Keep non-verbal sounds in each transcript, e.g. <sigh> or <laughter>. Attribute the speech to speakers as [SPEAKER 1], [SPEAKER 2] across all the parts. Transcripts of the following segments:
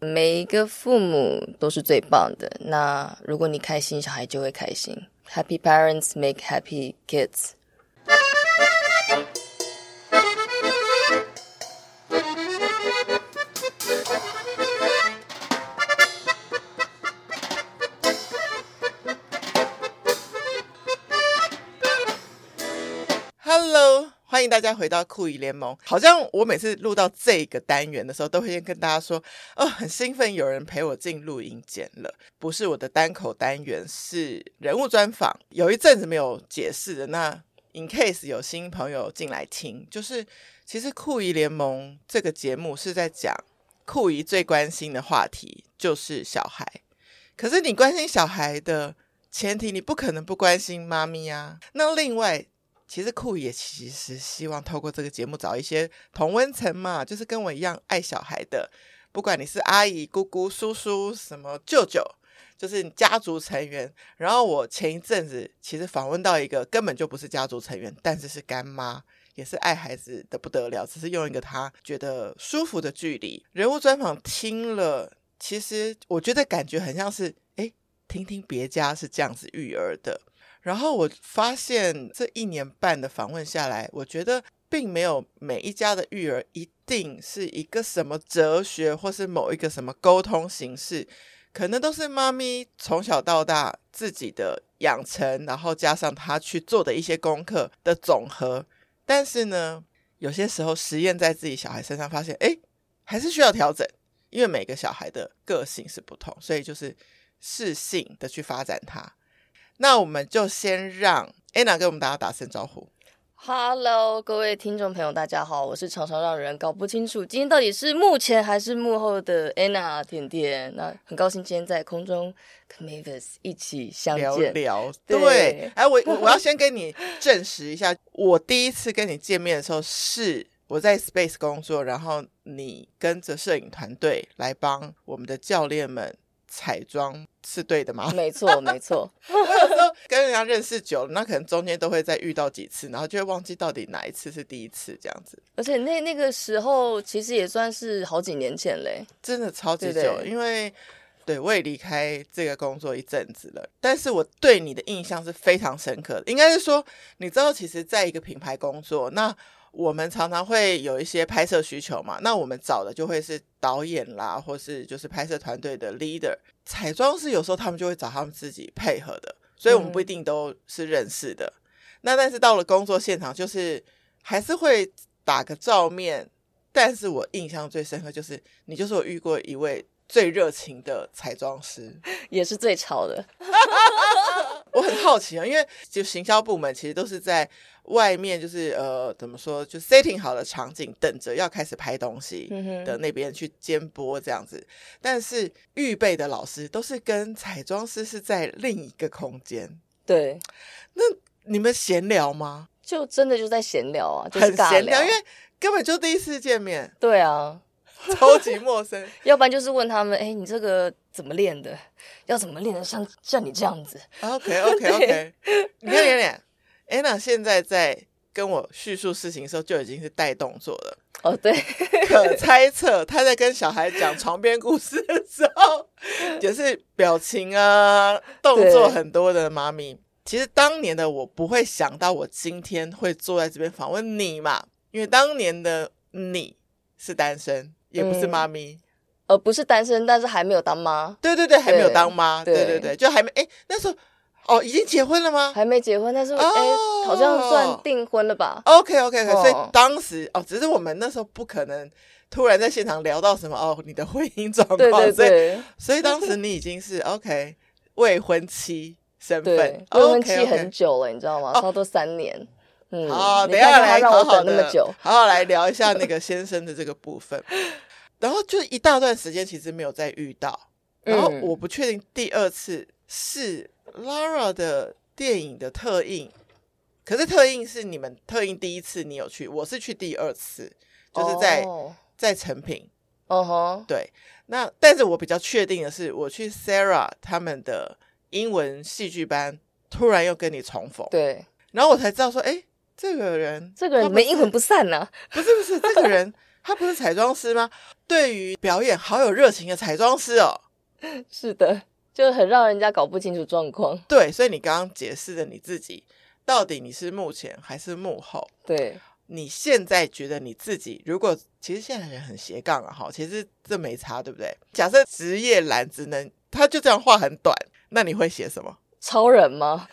[SPEAKER 1] 每一个父母都是最棒的。那如果你开心，小孩就会开心。Happy parents make happy kids。
[SPEAKER 2] Hello，欢迎大家回到酷姨联盟。好像我每次录到这个单元的时候，都会先跟大家说，哦，很兴奋，有人陪我进录音间了。不是我的单口单元，是人物专访。有一阵子没有解释的，那 in case 有新朋友进来听，就是其实酷姨联盟这个节目是在讲酷姨最关心的话题，就是小孩。可是你关心小孩的前提，你不可能不关心妈咪啊。那另外其实酷也其实希望透过这个节目找一些同温层嘛，就是跟我一样爱小孩的，不管你是阿姨、姑姑、叔叔、什么舅舅，就是你家族成员。然后我前一阵子其实访问到一个根本就不是家族成员，但是是干妈，也是爱孩子的不得了，只是用一个她觉得舒服的距离。人物专访听了，其实我觉得感觉很像是，诶，听听别家是这样子育儿的。然后我发现这一年半的访问下来，我觉得并没有每一家的育儿一定是一个什么哲学，或是某一个什么沟通形式，可能都是妈咪从小到大自己的养成，然后加上她去做的一些功课的总和。但是呢，有些时候实验在自己小孩身上，发现诶还是需要调整，因为每个小孩的个性是不同，所以就是适性的去发展它。那我们就先让 Anna 跟我们大家打声招呼。
[SPEAKER 1] Hello，各位听众朋友，大家好，我是常常让人搞不清楚今天到底是幕前还是幕后的 Anna 甜甜。那很高兴今天在空中跟 Mavis 一起相
[SPEAKER 2] 聊
[SPEAKER 1] 见。
[SPEAKER 2] 聊，
[SPEAKER 1] 对
[SPEAKER 2] 对，哎，我我我要先跟你证实一下，我第一次跟你见面的时候是我在 Space 工作，然后你跟着摄影团队来帮我们的教练们彩妆，是对的吗？ <laughs>
[SPEAKER 1] 没错，没错，
[SPEAKER 2] 有时候跟人家认识久了，那可能中间都会再遇到几次，然后就会忘记到底哪一次是第一次，这样子
[SPEAKER 1] 而且那那个时候其实也算是好几年前嘞。
[SPEAKER 2] 真的超级久，
[SPEAKER 1] 对对
[SPEAKER 2] 因为。对，我也离开这个工作一阵子了，但是我对你的印象是非常深刻的。应该是说，你知道，其实在一个品牌工作，那我们常常会有一些拍摄需求嘛，那我们找的就会是导演啦，或是就是拍摄团队的 leader。彩妆师有时候他们就会找他们自己配合的，所以我们
[SPEAKER 1] 嗯
[SPEAKER 2] 不一定都是认识的。那但是到了工作现场，就是还是会打个照面。但是我印象最深刻就是，你就是我遇过一位最热情的彩妆师。
[SPEAKER 1] 也是最吵
[SPEAKER 2] <laughs>
[SPEAKER 1] 的。
[SPEAKER 2] 我很好奇啊，因为就行销部门其实都是在外面，就是呃，怎么说，就 setting 好的场景，等着要开始拍东西
[SPEAKER 1] 嗯哼
[SPEAKER 2] 的那边去监播这样子。但是预备的老师都是跟彩妆师是在另一个空间，
[SPEAKER 1] 对，
[SPEAKER 2] 你们闲聊吗？
[SPEAKER 1] 就真的就在闲聊啊，就是
[SPEAKER 2] 很
[SPEAKER 1] 尬
[SPEAKER 2] 闲聊，因为根本就第一次
[SPEAKER 1] <laughs>
[SPEAKER 2] 见面，
[SPEAKER 1] 对啊，
[SPEAKER 2] 超级陌生。
[SPEAKER 1] 要不然就是问他们，哎、你这个怎么练的？ <laughs> 要怎么练的像像你这样子？
[SPEAKER 2] OK OK OK，你看圆脸，Anna 现在在跟我叙述事情的时候就已经是带动作了。
[SPEAKER 1] 哦，对，
[SPEAKER 2] 可猜测他在跟小孩讲床边故事的时候，也是表情啊、动作很多的妈咪。其实当年的我不会想到我今天会坐在这边访问你嘛，因为当年的你是单身，也不是妈咪。
[SPEAKER 1] <laughs> 呃，不是单身，但是还没有当妈，
[SPEAKER 2] 对对对，还没有当妈。
[SPEAKER 1] 对
[SPEAKER 2] 对对对，就还没哎，那时候哦，已经结婚了吗
[SPEAKER 1] 还没结婚，但是哎、
[SPEAKER 2] 哦
[SPEAKER 1] 好像算订婚了吧？
[SPEAKER 2] ？OK OK OK，、
[SPEAKER 1] 哦
[SPEAKER 2] 所以当时哦，只是我们那时候不可能突然在现场聊到什么哦，你的婚姻状况，
[SPEAKER 1] 对对
[SPEAKER 2] 所以
[SPEAKER 1] 对
[SPEAKER 2] 所以当时你已
[SPEAKER 1] <laughs>
[SPEAKER 2] 经是 OK 未婚妻身份
[SPEAKER 1] 对，，未婚妻
[SPEAKER 2] OK，OK
[SPEAKER 1] 很久了，你知道吗？差不多三年。嗯，
[SPEAKER 2] 哦好，
[SPEAKER 1] 你
[SPEAKER 2] 等一
[SPEAKER 1] 看
[SPEAKER 2] 下
[SPEAKER 1] 看
[SPEAKER 2] 来
[SPEAKER 1] 他让
[SPEAKER 2] 好
[SPEAKER 1] 我
[SPEAKER 2] 好
[SPEAKER 1] 等那
[SPEAKER 2] 的
[SPEAKER 1] 么久，，
[SPEAKER 2] 好好来聊一下那个先生的这个
[SPEAKER 1] <laughs>
[SPEAKER 2] 部分。然后就一大段时间其实没有再遇到，然后
[SPEAKER 1] 嗯
[SPEAKER 2] 我不确定第二次是 Lara 的电影的特映，可是特映是你们特映第一次你有去，我是去第二次，就是在、
[SPEAKER 1] 哦
[SPEAKER 2] 在成品。
[SPEAKER 1] 嗯哼，
[SPEAKER 2] 对，那但是我比较确定的是，我去 Sarah 他们的英文戏剧班，突然又跟你重逢，
[SPEAKER 1] 对，
[SPEAKER 2] 然后我才知道说，哎，这个人，
[SPEAKER 1] 这个
[SPEAKER 2] 他
[SPEAKER 1] 人
[SPEAKER 2] 不
[SPEAKER 1] 没
[SPEAKER 2] 是 <laughs>
[SPEAKER 1] 阴魂不散呐、啊 <laughs>
[SPEAKER 2] 不是不是这个人，他不是彩妆师吗？对于表演好有热情的彩妆师哦。
[SPEAKER 1] 是的，就很让人家搞不清楚状况。
[SPEAKER 2] 对，所以你刚刚解释的你自己，到底你是幕前还是幕后？
[SPEAKER 1] 对，
[SPEAKER 2] 你现在觉得你自己，如果其实现在人很斜杠啊，哈，其实这没差，对不对？假设职业栏只能，他就这样画很短，那你会写什么？
[SPEAKER 1] 超人吗？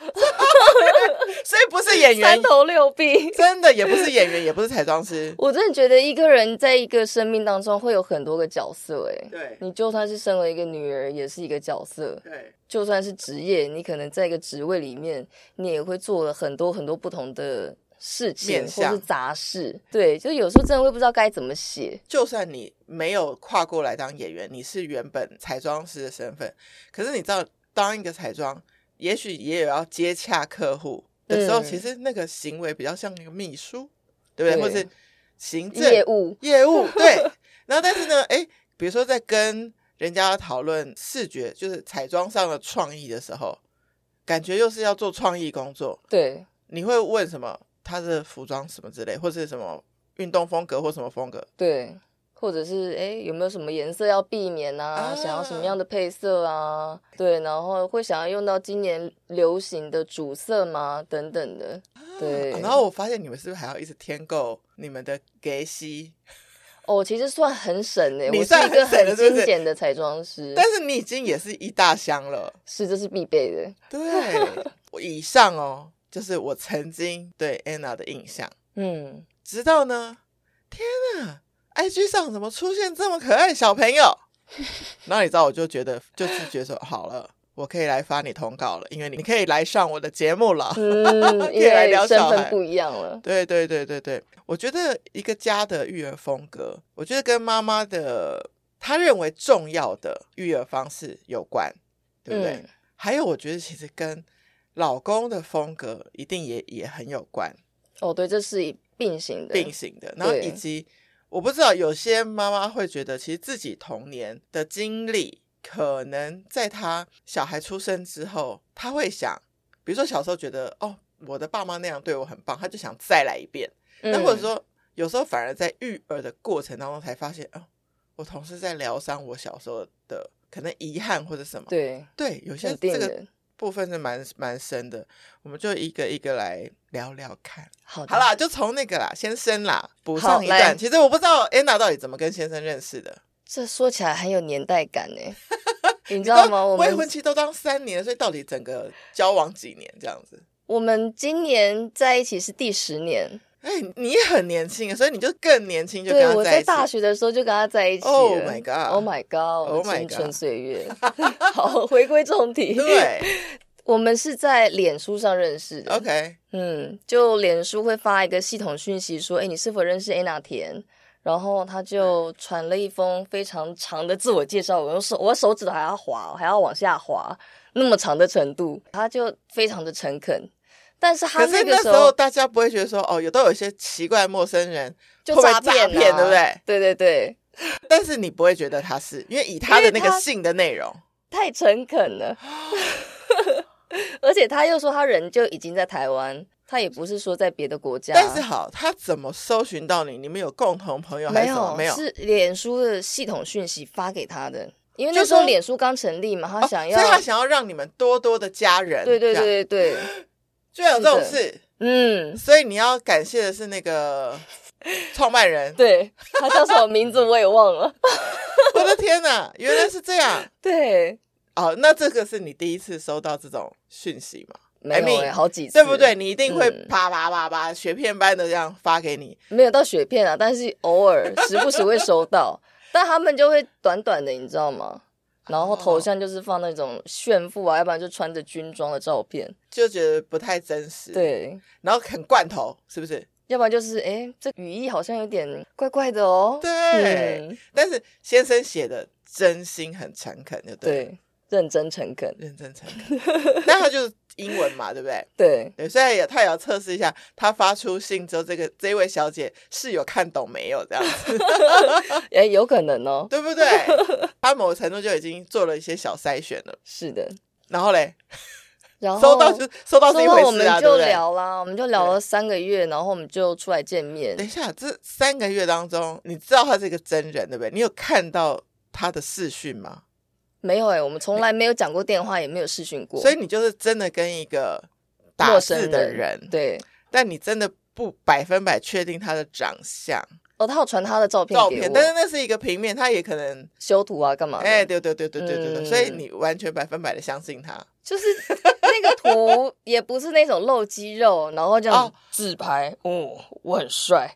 [SPEAKER 2] 所以不是演员
[SPEAKER 1] 三，头六臂。
[SPEAKER 2] 真的也不是演员，也不是彩妆师，
[SPEAKER 1] 我真的觉得一个人在一个生命当中会有很多个角色、欸，
[SPEAKER 2] <laughs> 对
[SPEAKER 1] 你就算是身为一个女儿，也是一个角色；
[SPEAKER 2] 对
[SPEAKER 1] 就算是职业，你可能在一个职位里面，你也会做了很多很多不同的事情
[SPEAKER 2] 面
[SPEAKER 1] 或
[SPEAKER 2] 向
[SPEAKER 1] 是杂事。对，就有时候真的会不知道该怎么写。
[SPEAKER 2] 就算你没有跨过来当演员，你是原本彩妆师的身份，可是你知道，当一个彩妆，也许也有要接洽客户的时候，
[SPEAKER 1] 嗯
[SPEAKER 2] 其实那个行为比较像那个秘书，对不
[SPEAKER 1] 对
[SPEAKER 2] 对？或是行政
[SPEAKER 1] 业务
[SPEAKER 2] 业务
[SPEAKER 1] <laughs>
[SPEAKER 2] 对。然后但是呢，哎，比如说在跟人家讨论视觉，就是彩妆上的创意的时候，感觉又是要做创意工作，
[SPEAKER 1] 对，
[SPEAKER 2] 你会问什么？他的服装什么之类，或是什么运动风格或什么风格？
[SPEAKER 1] 对，或者是哎、诶有没有什么颜色要避免啊？
[SPEAKER 2] 啊
[SPEAKER 1] 想要什么样的配色啊？对，然后会想要用到今年流行的主色吗？等等的，对。
[SPEAKER 2] 啊然后我发现你们是不是还要一直添购你们的给息？
[SPEAKER 1] 哦，我其实算很省诶、
[SPEAKER 2] 你
[SPEAKER 1] 我是
[SPEAKER 2] 算
[SPEAKER 1] 一个
[SPEAKER 2] 很省
[SPEAKER 1] 很
[SPEAKER 2] 了是不
[SPEAKER 1] 精
[SPEAKER 2] 是
[SPEAKER 1] 简的彩妆师，
[SPEAKER 2] <laughs> 但是你已经也是一大箱了。
[SPEAKER 1] 是这是必备的。
[SPEAKER 2] 对，我以上哦，就是我曾经对 Anna 的印象。 <laughs>
[SPEAKER 1] 嗯，
[SPEAKER 2] 直到呢，天哪，IG 上怎么出现这么可爱的小朋友？ <laughs> 然后你知道，我就觉得，就是觉得说，好了，我可以来发你通告了，因为你可以来上我的节目了。
[SPEAKER 1] 嗯，因
[SPEAKER 2] 可以来
[SPEAKER 1] 为
[SPEAKER 2] 聊
[SPEAKER 1] 身
[SPEAKER 2] 小
[SPEAKER 1] 份
[SPEAKER 2] 孩
[SPEAKER 1] 不一样了。
[SPEAKER 2] 对对对对对，我觉得一个家的育儿风格，我觉得跟妈妈的她认为重要的育儿方式有关，对不对？
[SPEAKER 1] 嗯
[SPEAKER 2] 还有，我觉得其实跟老公的风格一定也也很有关，
[SPEAKER 1] 哦，对，这是一并行的。
[SPEAKER 2] 并行的。然后
[SPEAKER 1] 对
[SPEAKER 2] 以及我不知道，有些妈妈会觉得，其实自己童年的经历，可能在她小孩出生之后，她会想，比如说小时候觉得哦，我的爸妈那样对我很棒，她就想再来一遍。那
[SPEAKER 1] 嗯
[SPEAKER 2] 或者，说，有时候反而在育儿的过程当中才发现，哦，我同事在疗伤我小时候的可能遗憾或者什么。
[SPEAKER 1] 对，
[SPEAKER 2] 对，有些
[SPEAKER 1] 肯定
[SPEAKER 2] 这
[SPEAKER 1] 的
[SPEAKER 2] 个。部分是蛮蛮深的，我们就一个一个来聊聊看。
[SPEAKER 1] 好的，
[SPEAKER 2] 好啦，就从那个啦，先生啦，补
[SPEAKER 1] 好
[SPEAKER 2] 上一
[SPEAKER 1] 来
[SPEAKER 2] 段。其实我不知道 Anna 到底怎么跟先生认识的，
[SPEAKER 1] 这说起来很有年代感
[SPEAKER 2] <laughs>
[SPEAKER 1] 诶、你知
[SPEAKER 2] 你
[SPEAKER 1] 道吗？我
[SPEAKER 2] 未
[SPEAKER 1] 们
[SPEAKER 2] 婚妻都当三年了，所以到底整个交往几年这样子？
[SPEAKER 1] 我们今年在一起是第十年，
[SPEAKER 2] 哎、你也很年轻，啊所以你就更年轻就跟
[SPEAKER 1] 对，
[SPEAKER 2] 他
[SPEAKER 1] 我
[SPEAKER 2] 在
[SPEAKER 1] 在
[SPEAKER 2] 一起。
[SPEAKER 1] 大学的时候就跟他在一起了。
[SPEAKER 2] Oh my god
[SPEAKER 1] Oh my god！我
[SPEAKER 2] Oh
[SPEAKER 1] 的
[SPEAKER 2] my
[SPEAKER 1] 青
[SPEAKER 2] god
[SPEAKER 1] 春岁
[SPEAKER 2] <laughs>
[SPEAKER 1] 月。 <laughs> 好，回归正题。，
[SPEAKER 2] 对
[SPEAKER 1] 我们是在脸书上认识的。
[SPEAKER 2] ，OK，
[SPEAKER 1] 嗯，就脸书会发一个系统讯息说，哎，你是否认识 Anna 田？然后他就传了一封非常长的自我介绍，我用手，我手指头还要滑，还要往下滑，那么长的程度，他就非常的诚恳。但是他
[SPEAKER 2] 可是
[SPEAKER 1] 那个
[SPEAKER 2] 那
[SPEAKER 1] 时
[SPEAKER 2] 时
[SPEAKER 1] 候
[SPEAKER 2] 候大家不会觉得说，哦，有都有一些奇怪陌生人
[SPEAKER 1] 就
[SPEAKER 2] 会不会
[SPEAKER 1] 诈骗、啊、
[SPEAKER 2] 骗对不对？
[SPEAKER 1] 对对对，
[SPEAKER 2] 但是你不会觉得他是，因为以他的那
[SPEAKER 1] 因为
[SPEAKER 2] 个
[SPEAKER 1] 他
[SPEAKER 2] 信的内容，
[SPEAKER 1] 太诚恳了， <laughs> 而且他又说他人就已经在台湾，他也不是说在别的国家，
[SPEAKER 2] 但是好，他怎么搜寻到你？你们有共同朋友还
[SPEAKER 1] 没
[SPEAKER 2] 是什么？
[SPEAKER 1] 有
[SPEAKER 2] 没有，
[SPEAKER 1] 是脸书的系统讯息发给他的，因为
[SPEAKER 2] 就
[SPEAKER 1] 那时候
[SPEAKER 2] 说
[SPEAKER 1] 脸书刚成立嘛，他
[SPEAKER 2] 哦
[SPEAKER 1] 想要，
[SPEAKER 2] 所以他想要让你们多多的家人，
[SPEAKER 1] 对对
[SPEAKER 2] 这样，
[SPEAKER 1] 对对对，
[SPEAKER 2] 居然有这种事，
[SPEAKER 1] 嗯，
[SPEAKER 2] 所以你要感谢的是
[SPEAKER 1] <laughs>
[SPEAKER 2] 那个创办人。
[SPEAKER 1] 对他叫什么名字我也忘
[SPEAKER 2] <laughs>
[SPEAKER 1] 了，
[SPEAKER 2] 我的天哪，原来是这样。
[SPEAKER 1] 对，
[SPEAKER 2] 哦，那这个是你第一次收到这种讯息吗？
[SPEAKER 1] 没有、
[SPEAKER 2] I
[SPEAKER 1] 欸、
[SPEAKER 2] mean，
[SPEAKER 1] 好几次，
[SPEAKER 2] 对不对？？你一定会
[SPEAKER 1] 嗯
[SPEAKER 2] 啪啪啪啪雪片般的这样发给你。
[SPEAKER 1] 没有到雪片啊，但是偶尔时不时会收到，但他们就会短短的，你知道吗？然后
[SPEAKER 2] 哦
[SPEAKER 1] 头像就是放那种炫富啊，要不然就穿着军装的照片，
[SPEAKER 2] 就觉得不太真实，，
[SPEAKER 1] 对，
[SPEAKER 2] 然后很罐头，是不是？
[SPEAKER 1] 要不然就是诶，这语义好像有点怪怪的哦。
[SPEAKER 2] 对
[SPEAKER 1] 嗯
[SPEAKER 2] 但是先生写的真心很诚恳，就对了，
[SPEAKER 1] 对，认真诚恳，
[SPEAKER 2] 认真诚恳。那他就是英文嘛，对不对？ <laughs>
[SPEAKER 1] 对，
[SPEAKER 2] 对，所以也他也要测试一下，他发出信之后，这个这位小姐是有看懂没有这样子， <laughs>
[SPEAKER 1] 诶，有可能哦。
[SPEAKER 2] 对不对？他某程度就已经做了一些小筛选了。
[SPEAKER 1] 是的，
[SPEAKER 2] 然后嘞，
[SPEAKER 1] 然后
[SPEAKER 2] 收到就收到是
[SPEAKER 1] 之
[SPEAKER 2] 一
[SPEAKER 1] 后
[SPEAKER 2] 回
[SPEAKER 1] 哦我
[SPEAKER 2] 事啊，
[SPEAKER 1] 们
[SPEAKER 2] 对不
[SPEAKER 1] 就
[SPEAKER 2] 对？
[SPEAKER 1] 聊啦，我们就聊了三个月，然后我们就出来见面
[SPEAKER 2] 等。一下，这三个月当中，你知道他是一个真人，对不对？你有看到他的视讯吗？
[SPEAKER 1] 没有哎、我们从来没有讲过电话，也没有视讯过，
[SPEAKER 2] 所以你就是真的跟一个打
[SPEAKER 1] 陌
[SPEAKER 2] 字
[SPEAKER 1] 生
[SPEAKER 2] 的
[SPEAKER 1] 人对。
[SPEAKER 2] 但你真的不百分百确定他的长相、
[SPEAKER 1] 哦，他有传他的照片
[SPEAKER 2] 照
[SPEAKER 1] 给
[SPEAKER 2] 片，
[SPEAKER 1] 我，
[SPEAKER 2] 但是那是一个平面，他也可能，
[SPEAKER 1] 修图啊，干嘛的？
[SPEAKER 2] 哎，对对对对对对对，
[SPEAKER 1] 嗯
[SPEAKER 2] 所以你完全百分百的相信他。
[SPEAKER 1] 就是那个图也不是那种露肌
[SPEAKER 2] <laughs>
[SPEAKER 1] 肉，然后这样
[SPEAKER 2] 哦
[SPEAKER 1] 自拍，哦，我很帅。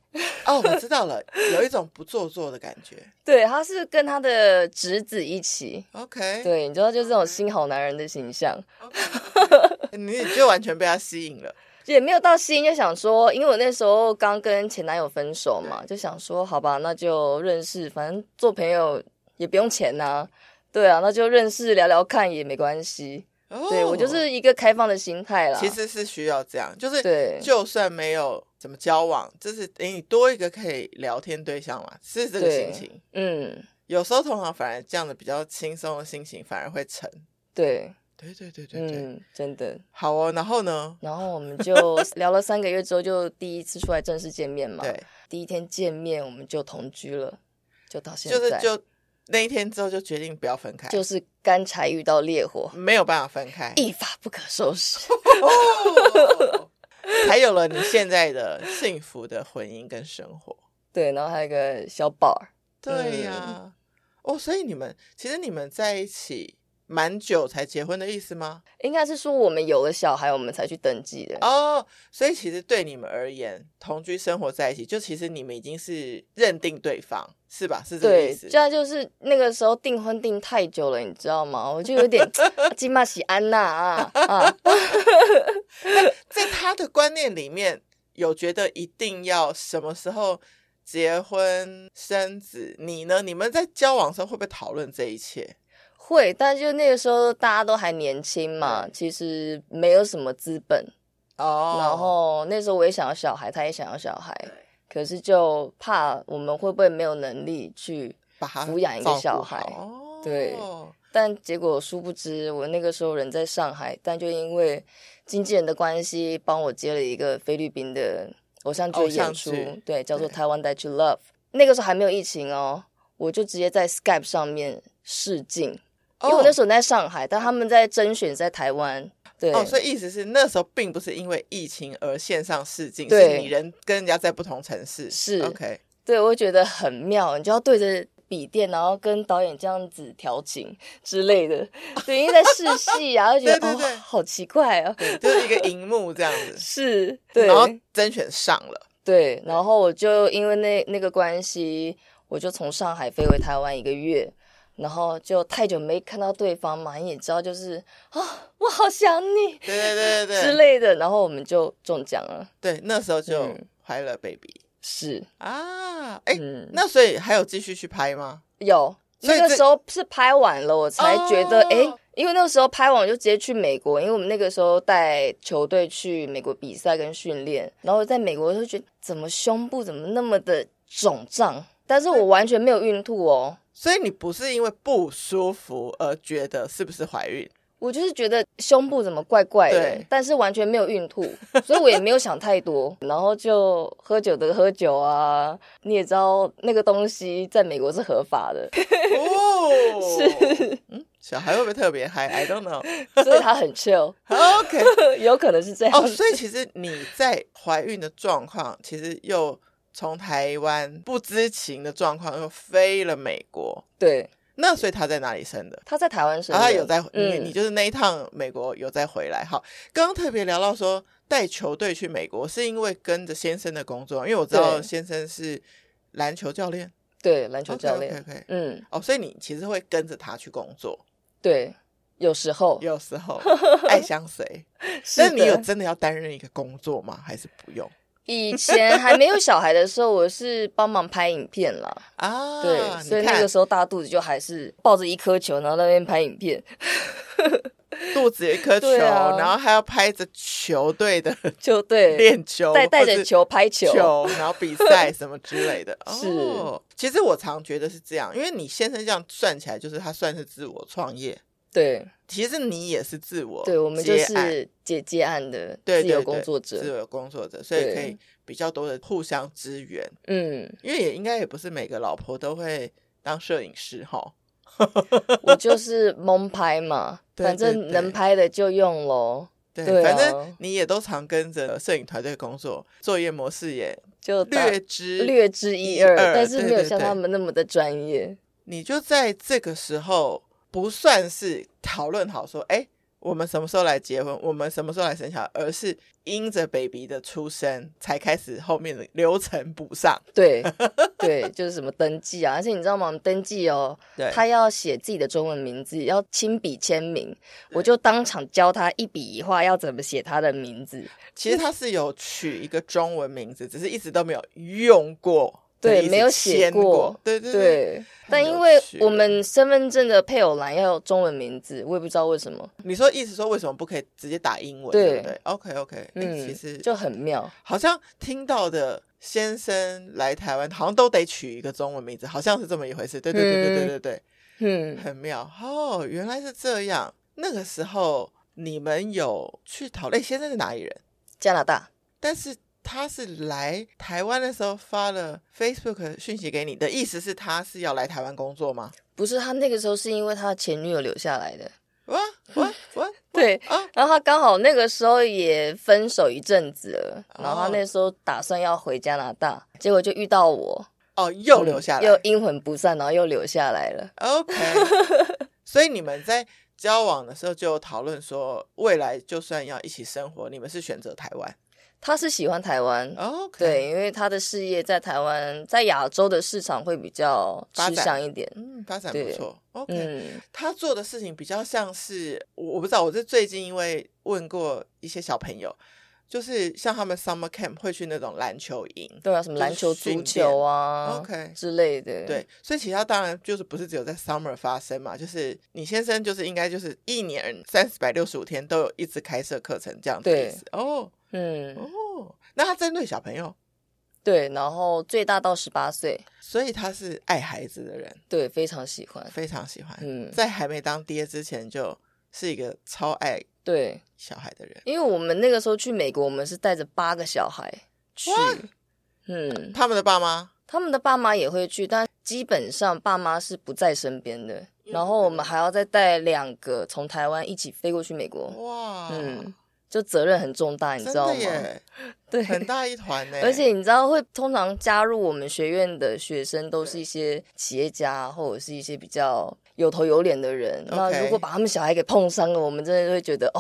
[SPEAKER 2] 哦，我知道了， <laughs> 有一种不做作的感觉。
[SPEAKER 1] 对，他是跟他的侄子一起，
[SPEAKER 2] OK，
[SPEAKER 1] 对，你知道，就这种新好男人的形象，
[SPEAKER 2] 你就完全被他吸引了。
[SPEAKER 1] 也没有到心就想说，因为我那时候刚跟前男友分手嘛，就想说，好吧，那就认识，反正做朋友也不用钱呐、对啊，那就认识聊聊看也没关系。
[SPEAKER 2] 哦
[SPEAKER 1] 对我就是一个开放的心态啦。
[SPEAKER 2] 其实是需要这样，就是
[SPEAKER 1] 对
[SPEAKER 2] 就算没有怎么交往，就是等你多一个可以聊天对象嘛，是这个
[SPEAKER 1] 对
[SPEAKER 2] 心情。
[SPEAKER 1] 嗯，
[SPEAKER 2] 有时候通常反而这样的比较轻松的心情反而会沉。
[SPEAKER 1] 对，
[SPEAKER 2] 对对对对对，
[SPEAKER 1] 嗯，真的。
[SPEAKER 2] 好哦。然后呢？
[SPEAKER 1] 然后我们
[SPEAKER 2] <laughs>
[SPEAKER 1] 就聊了三个月之后，就第一次出来正式见面嘛。
[SPEAKER 2] 对，
[SPEAKER 1] 第一天见面我们就同居了，就到现在，
[SPEAKER 2] 就是就那一天之后就决定不要分开，
[SPEAKER 1] 就是干柴遇到烈火，
[SPEAKER 2] 没有办法分开，
[SPEAKER 1] 一发不可收拾。
[SPEAKER 2] <laughs> 哦才有了你现在的幸福的婚姻跟生活。
[SPEAKER 1] 对，然后还有一个小宝儿，
[SPEAKER 2] 对呀、哦，所以你们其实你们在一起蛮久才结婚的意思吗？
[SPEAKER 1] 应该是说我们有了小孩，我们才去登记的。
[SPEAKER 2] 哦，所以其实对你们而言，同居生活在一起，就其实你们已经是认定对方，是吧？是这个意
[SPEAKER 1] 对，
[SPEAKER 2] 思。
[SPEAKER 1] 这样就是那个时候订婚订太久了，你知道吗？我就有
[SPEAKER 2] <laughs>
[SPEAKER 1] 点金马喜安娜啊啊！
[SPEAKER 2] 在他的观念里面，有觉得一定要什么时候结婚生子？你呢？你们在交往的时候会不会讨论这一切？
[SPEAKER 1] 会，但就那个时候大家都还年轻嘛，其实没有什么资本，
[SPEAKER 2] 哦，
[SPEAKER 1] 然后那时候我也想要小孩，他也想要小孩，可是就怕我们会不会没有能力去。
[SPEAKER 2] 把他
[SPEAKER 1] 抚养一个
[SPEAKER 2] 照顾
[SPEAKER 1] 小孩
[SPEAKER 2] 好哦，
[SPEAKER 1] 对但结果殊不知，我那个时候人在上海，但就因为经纪人的关系，帮我接了一个菲律宾的偶像剧的演出
[SPEAKER 2] 偶像剧，
[SPEAKER 1] 对，叫做《
[SPEAKER 2] 对
[SPEAKER 1] 台湾带去 Love》。那个时候还没有疫情哦，我就直接在 Skype 上面试镜，因为
[SPEAKER 2] 哦
[SPEAKER 1] 我那时候在上海，但他们在甄选在台湾，对，
[SPEAKER 2] 哦，所以意思是那时候并不是因为疫情而线上试镜，是
[SPEAKER 1] 对
[SPEAKER 2] 你人跟人家在不同城市。
[SPEAKER 1] 是
[SPEAKER 2] OK，
[SPEAKER 1] 对，我会觉得很妙，你就要对着笔电，然后跟导演这样子调情之类的，对，因为在试戏
[SPEAKER 2] <laughs>
[SPEAKER 1] 啊，就觉得
[SPEAKER 2] 对对对
[SPEAKER 1] 哦，好奇怪啊，
[SPEAKER 2] 对就是一个荧幕这样子，
[SPEAKER 1] 是， <laughs> 对，
[SPEAKER 2] 然后甄选上了，
[SPEAKER 1] 对，然后我就因为那那个关系，我就从上海飞回台湾一个月，然后就太久没看到对方嘛，你也知道，就是啊、我好想你
[SPEAKER 2] 对对对
[SPEAKER 1] 之
[SPEAKER 2] 对对
[SPEAKER 1] 类的，然后我们就中奖了，
[SPEAKER 2] 对，那时候就
[SPEAKER 1] 嗯
[SPEAKER 2] 怀了 baby
[SPEAKER 1] 是，
[SPEAKER 2] 啊，哎，
[SPEAKER 1] 嗯，
[SPEAKER 2] 那所以还有继续去拍吗？
[SPEAKER 1] 有
[SPEAKER 2] 所以
[SPEAKER 1] 那个
[SPEAKER 2] 这
[SPEAKER 1] 时候是拍完了，我才觉得
[SPEAKER 2] 哦
[SPEAKER 1] 哎、诶因为那个时候拍完我就直接去美国，因为我们那个时候带球队去美国比赛跟训练，然后在美国就觉得怎么胸部怎么那么的肿胀，但是我完全没有孕吐哦，
[SPEAKER 2] 所以你不是因为不舒服而觉得是不是怀孕？
[SPEAKER 1] 我就是觉得胸部怎么怪怪的
[SPEAKER 2] 对，
[SPEAKER 1] 但是完全没有孕吐，所以我也没有想太多， <laughs> 然后就喝酒的喝酒啊，你也知道那个东西在美国是合法的，
[SPEAKER 2] 哦，是，嗯，小孩会不会特别嗨？I don't know。 <laughs>
[SPEAKER 1] 所以他很 chill， <laughs>
[SPEAKER 2] OK，
[SPEAKER 1] 有可能是这样
[SPEAKER 2] 哦，
[SPEAKER 1] 子
[SPEAKER 2] 所以其实你在怀孕的状况，其实又从台湾不知情的状况又飞了美国。
[SPEAKER 1] 对。
[SPEAKER 2] 那所以他在哪里生的？
[SPEAKER 1] 他在台湾生
[SPEAKER 2] 然
[SPEAKER 1] 的，
[SPEAKER 2] 啊后他有在，
[SPEAKER 1] 嗯
[SPEAKER 2] 你你就是那一趟美国有再回来。好，刚刚特别聊到说带球队去美国，是因为跟着先生的工作，因为我知道
[SPEAKER 1] 对
[SPEAKER 2] 先生是篮球教练，
[SPEAKER 1] 对篮球教练
[SPEAKER 2] o k o k o k
[SPEAKER 1] 嗯，
[SPEAKER 2] 哦，所以你其实会跟着他去工作，
[SPEAKER 1] 对，有时候
[SPEAKER 2] 有时
[SPEAKER 1] <laughs>
[SPEAKER 2] 候爱相随。
[SPEAKER 1] 是
[SPEAKER 2] 但你
[SPEAKER 1] 的
[SPEAKER 2] 有真的要担任一个工作吗？还是不用？
[SPEAKER 1] 以前还没有小孩的时候，我是帮忙拍影片啦，
[SPEAKER 2] 啊，
[SPEAKER 1] 对，
[SPEAKER 2] 你
[SPEAKER 1] 所以那
[SPEAKER 2] 看
[SPEAKER 1] 个时候大肚子就还是抱着一颗球，然后在那边拍影片，
[SPEAKER 2] 肚子有一颗球，
[SPEAKER 1] 对啊
[SPEAKER 2] 然后还要拍着球队的
[SPEAKER 1] 就对，
[SPEAKER 2] 练球，
[SPEAKER 1] 带带
[SPEAKER 2] 或
[SPEAKER 1] 着
[SPEAKER 2] 是
[SPEAKER 1] 球拍球，
[SPEAKER 2] 球，然后比赛什么之类的。
[SPEAKER 1] <laughs> 是
[SPEAKER 2] 哦，其实我常觉得是这样，因为你先生这样算起来，就是他算是自我创业，
[SPEAKER 1] 对
[SPEAKER 2] 其实你也是自我
[SPEAKER 1] 对，我们就
[SPEAKER 2] 接案
[SPEAKER 1] 是姐接案的
[SPEAKER 2] 对
[SPEAKER 1] 自
[SPEAKER 2] 对
[SPEAKER 1] 由
[SPEAKER 2] 对
[SPEAKER 1] 工作者，
[SPEAKER 2] 自由工作者，所以
[SPEAKER 1] 对
[SPEAKER 2] 可以比较多的互相支援，
[SPEAKER 1] 嗯，
[SPEAKER 2] 因为也应该也不是每个老婆都会当摄影师哈。
[SPEAKER 1] 我就是蒙拍嘛，
[SPEAKER 2] <laughs> 对
[SPEAKER 1] 反
[SPEAKER 2] 对
[SPEAKER 1] 正
[SPEAKER 2] 对
[SPEAKER 1] 能拍的就用喽，
[SPEAKER 2] 对，
[SPEAKER 1] 对啊
[SPEAKER 2] 反正你也都常跟着摄影团队工作，作业模式也
[SPEAKER 1] 就大
[SPEAKER 2] 略知
[SPEAKER 1] 哦略知
[SPEAKER 2] 一
[SPEAKER 1] 一二，
[SPEAKER 2] 二
[SPEAKER 1] 但是
[SPEAKER 2] 对
[SPEAKER 1] 没有
[SPEAKER 2] 对
[SPEAKER 1] 像
[SPEAKER 2] 对
[SPEAKER 1] 他们那么的专业。
[SPEAKER 2] 你就在这个时候不算是讨论好说，哎，我们什么时候来结婚，我们什么时候来生小孩，而是因着 baby 的出生才开始后面的流程补上。
[SPEAKER 1] 对对，就是什么登记啊，而且你知道吗？我们登记哦，
[SPEAKER 2] 对，
[SPEAKER 1] 他要写自己的中文名字，要亲笔签名，我就当场教他一笔一画要怎么写他的名字。
[SPEAKER 2] 其实他是有取一个中文名字，只是一直都没有用过的
[SPEAKER 1] 对
[SPEAKER 2] 意思，
[SPEAKER 1] 没有写
[SPEAKER 2] 签过
[SPEAKER 1] 过，
[SPEAKER 2] 对对对。
[SPEAKER 1] 对，
[SPEAKER 2] 太
[SPEAKER 1] 但
[SPEAKER 2] 有
[SPEAKER 1] 因为
[SPEAKER 2] 趣
[SPEAKER 1] 我
[SPEAKER 2] 了
[SPEAKER 1] 们身份证的配偶栏要有中文名字，我也不知道为什么，
[SPEAKER 2] 你说意思说为什么不可以直接打英文？
[SPEAKER 1] 对
[SPEAKER 2] 对不对？OK OK，哎、
[SPEAKER 1] 嗯，
[SPEAKER 2] 其实
[SPEAKER 1] 就很妙。
[SPEAKER 2] 好像听到的先生来台湾，好像都得取一个中文名字，好像是这么一回事。对对对对对对对，
[SPEAKER 1] 嗯，
[SPEAKER 2] 很妙哦，原来是这样。那个时候你们有去讨论，哎先生是哪里人？
[SPEAKER 1] 加拿大，
[SPEAKER 2] 但是他是来台湾的时候发了 Facebook 讯息给你的，意思是他是要来台湾工作吗？
[SPEAKER 1] 不是他那个时候是因为他的前女友留下来的，
[SPEAKER 2] 哇哇哇！
[SPEAKER 1] 对。
[SPEAKER 2] 啊，
[SPEAKER 1] 然后他刚好那个时候也分手一阵子了，然后他
[SPEAKER 2] 哦
[SPEAKER 1] 那时候打算要回加拿大，结果就遇到我，
[SPEAKER 2] 哦，又留下
[SPEAKER 1] 嗯
[SPEAKER 2] 来、
[SPEAKER 1] 又阴魂不散，然后又留下来了。
[SPEAKER 2] o k <laughs> 所以你们在交往的时候就有讨论说，未来就算要一起生活，你们是选择台湾
[SPEAKER 1] 他是喜欢台湾，
[SPEAKER 2] 哦？OK，
[SPEAKER 1] 对，因为他的事业在台湾，在亚洲的市场会比较
[SPEAKER 2] 发
[SPEAKER 1] 吃
[SPEAKER 2] 展
[SPEAKER 1] 香一点。
[SPEAKER 2] 嗯，发展不
[SPEAKER 1] 对
[SPEAKER 2] 错。OK，、
[SPEAKER 1] 嗯，
[SPEAKER 2] 他做的事情比较像是我我不知道，我是最近因为问过一些小朋友，就是像他们 summer camp 会去那种篮球营。
[SPEAKER 1] 对啊，什么
[SPEAKER 2] 就是
[SPEAKER 1] 篮球、足
[SPEAKER 2] 训练
[SPEAKER 1] 球啊
[SPEAKER 2] OK
[SPEAKER 1] 之类的。
[SPEAKER 2] 对，所以其实他当然就是不是只有在 summer 发生嘛，就是你先生就是应该就是一年三百六十五天都有一直开设课程这样子的意
[SPEAKER 1] 对
[SPEAKER 2] 思。哦
[SPEAKER 1] 嗯，
[SPEAKER 2] 哦，那他针对小朋友，
[SPEAKER 1] 对，然后最大到十八岁，
[SPEAKER 2] 所以他是爱孩子的人，
[SPEAKER 1] 对，非常喜欢。
[SPEAKER 2] 非常喜欢。
[SPEAKER 1] 嗯，
[SPEAKER 2] 在还没当爹之前，就是一个超爱
[SPEAKER 1] 对，
[SPEAKER 2] 小孩的人。
[SPEAKER 1] 因为我们那个时候去美国，我们是带着八个小孩去
[SPEAKER 2] What？。
[SPEAKER 1] 嗯，
[SPEAKER 2] 他们的爸妈
[SPEAKER 1] 他们的爸妈也会去，但基本上爸妈是不在身边的。
[SPEAKER 2] 嗯
[SPEAKER 1] 然后我们还要再带两个从台湾一起飞过去美国，
[SPEAKER 2] 哇，
[SPEAKER 1] 嗯，就责任很重大，你
[SPEAKER 2] 哦真
[SPEAKER 1] 知道
[SPEAKER 2] 的
[SPEAKER 1] 吗？
[SPEAKER 2] 耶，
[SPEAKER 1] 对，
[SPEAKER 2] 很大一团呢。
[SPEAKER 1] <laughs> 而且你知道会通常加入我们学院的学生都是一些企业家或者是一些比较有头有脸的人。
[SPEAKER 2] OK
[SPEAKER 1] 那如果把他们小孩给碰伤了，我们真的会觉得哦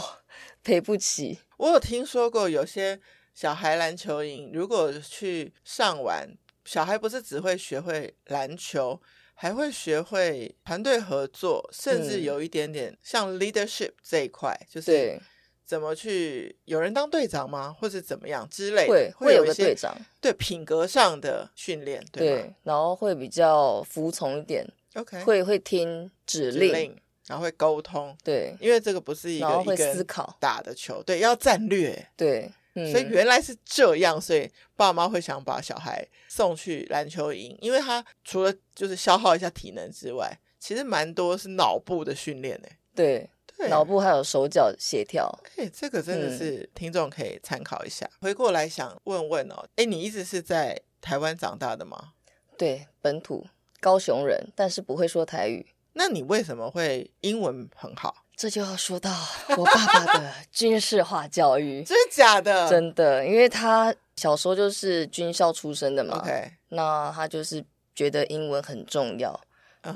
[SPEAKER 1] 赔不起。
[SPEAKER 2] 我有听说过，有些小孩篮球营如果去上完，小孩不是只会学会篮球，还会学会团队合作，甚至
[SPEAKER 1] 嗯
[SPEAKER 2] 有一点点像 leadership 这一块，就是
[SPEAKER 1] 对，
[SPEAKER 2] 怎么去有人当队长吗，或是怎么样之类的，
[SPEAKER 1] 会会
[SPEAKER 2] 有
[SPEAKER 1] 有
[SPEAKER 2] 一
[SPEAKER 1] 个
[SPEAKER 2] 些
[SPEAKER 1] 队长，
[SPEAKER 2] 对品格上的训练，吧
[SPEAKER 1] 对，然后会比较服从一点，
[SPEAKER 2] ？OK，
[SPEAKER 1] 会会听指
[SPEAKER 2] 指
[SPEAKER 1] 令，
[SPEAKER 2] 令，然后会沟通，
[SPEAKER 1] 对，
[SPEAKER 2] 因为这个不是一
[SPEAKER 1] 然
[SPEAKER 2] 个
[SPEAKER 1] 后
[SPEAKER 2] 一
[SPEAKER 1] 会
[SPEAKER 2] 个
[SPEAKER 1] 思
[SPEAKER 2] 人
[SPEAKER 1] 考，
[SPEAKER 2] 打的球，对，要战略。
[SPEAKER 1] 对，嗯，
[SPEAKER 2] 所以原来是这样，所以爸妈会想把小孩送去篮球营，因为他除了就是消耗一下体能之外，其实蛮多是脑部的训练呢。
[SPEAKER 1] 对
[SPEAKER 2] 对，
[SPEAKER 1] 脑部还有手脚协调，
[SPEAKER 2] 哎，这个真的
[SPEAKER 1] 嗯
[SPEAKER 2] 是听众可以参考一下。回过来想问问哦，哎，你一直是在台湾长大的吗？
[SPEAKER 1] 对，本土高雄人，但是不会说台语。
[SPEAKER 2] 那你为什么会英文很好？
[SPEAKER 1] 这就要说到我爸爸的 <laughs> 军事化教育，
[SPEAKER 2] 真的假的？
[SPEAKER 1] 真的，因为他小时候就是军校出身的嘛
[SPEAKER 2] OK，
[SPEAKER 1] 那他就是觉得英文很重要，
[SPEAKER 2] 嗯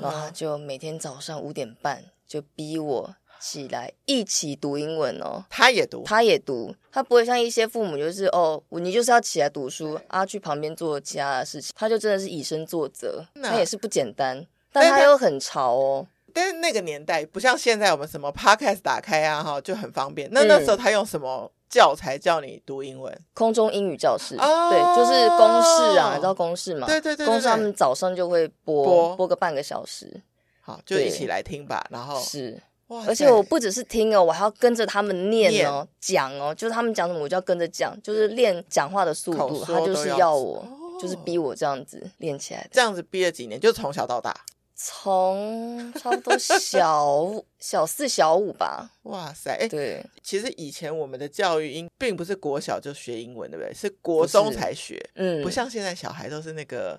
[SPEAKER 1] 然后他
[SPEAKER 2] 哼
[SPEAKER 1] 就每天早上五点半就逼我起来一起读英文哦。
[SPEAKER 2] 他也读，
[SPEAKER 1] 他也读，他不会像一些父母就是哦，你就是要起来读书啊，去旁边做其他的事情。他就真的是以身作则，
[SPEAKER 2] 那
[SPEAKER 1] 他也是不简单，
[SPEAKER 2] 但
[SPEAKER 1] 但
[SPEAKER 2] 是
[SPEAKER 1] 他
[SPEAKER 2] 他
[SPEAKER 1] 又很潮哦。
[SPEAKER 2] 但是那个年代不像现在我们什么 podcast 打开啊哈就很方便。
[SPEAKER 1] 嗯
[SPEAKER 2] 那那时候他用什么教材教你读英文？
[SPEAKER 1] 空中英语教室，
[SPEAKER 2] 哦
[SPEAKER 1] 对，就是公式啊，你知道公式吗？
[SPEAKER 2] 对对对对
[SPEAKER 1] 公式
[SPEAKER 2] 对
[SPEAKER 1] 他们早上就会播
[SPEAKER 2] 播
[SPEAKER 1] 个半个小时，
[SPEAKER 2] 好，就
[SPEAKER 1] 对
[SPEAKER 2] 一起来听吧。然后
[SPEAKER 1] 是。
[SPEAKER 2] 哦哇塞，
[SPEAKER 1] 而且我不只是听哦，我还要跟着他们念
[SPEAKER 2] 念
[SPEAKER 1] 哦、讲哦，就是他们讲什么我就要跟着讲，就是练讲话的速
[SPEAKER 2] 口
[SPEAKER 1] 度，
[SPEAKER 2] 说
[SPEAKER 1] 他就是
[SPEAKER 2] 都要
[SPEAKER 1] 要我，
[SPEAKER 2] 哦
[SPEAKER 1] 就是逼我这样子练起来的。
[SPEAKER 2] 这样子逼了几年，就从小到大。
[SPEAKER 1] 从差不多小小四、小五吧，
[SPEAKER 2] 哇塞，哎、
[SPEAKER 1] 对，
[SPEAKER 2] 其实以前我们的教育英并不是国小就学英文，对不对？是国中
[SPEAKER 1] 不是
[SPEAKER 2] 才学，
[SPEAKER 1] 嗯，
[SPEAKER 2] 不像现在小孩都是那个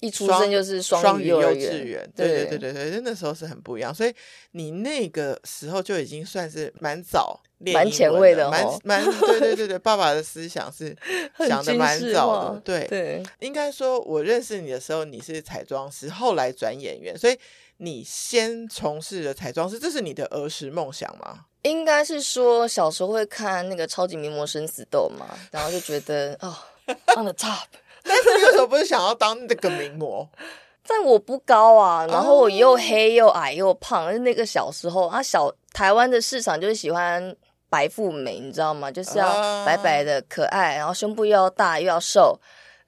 [SPEAKER 1] 一出
[SPEAKER 2] 双
[SPEAKER 1] 生就是
[SPEAKER 2] 双
[SPEAKER 1] 语
[SPEAKER 2] 幼
[SPEAKER 1] 儿
[SPEAKER 2] 稚
[SPEAKER 1] 园，
[SPEAKER 2] 园，对对
[SPEAKER 1] 对
[SPEAKER 2] 对对对，那时候是很不一样，所以你那个时候就已经算是蛮早练
[SPEAKER 1] 蛮
[SPEAKER 2] 英
[SPEAKER 1] 前
[SPEAKER 2] 文
[SPEAKER 1] 卫
[SPEAKER 2] 的，
[SPEAKER 1] 的
[SPEAKER 2] 蛮
[SPEAKER 1] 哦
[SPEAKER 2] 蛮对对对对，爸爸的思想是
[SPEAKER 1] <laughs> 很
[SPEAKER 2] 想的
[SPEAKER 1] 军
[SPEAKER 2] 蛮
[SPEAKER 1] 事
[SPEAKER 2] 早的
[SPEAKER 1] 化，
[SPEAKER 2] 对，
[SPEAKER 1] 对，
[SPEAKER 2] 应该说我认识你的时候你是彩妆师，后来转演员，所以你先从事了彩妆师，这是你的儿时梦想吗？
[SPEAKER 1] 应该是说小时候会看那个《超级名模生死斗》嘛，然后就觉得哦，on the top。
[SPEAKER 2] 但是你为什么不是想要当那个名模？
[SPEAKER 1] 但我不高啊，然后我又
[SPEAKER 2] 哦
[SPEAKER 1] 黑又矮又胖，就是那个小时候啊，小台湾的市场就是喜欢白富美，你知道吗？就是
[SPEAKER 2] 啊
[SPEAKER 1] 要白白的、可爱，然后胸部又要大又要瘦，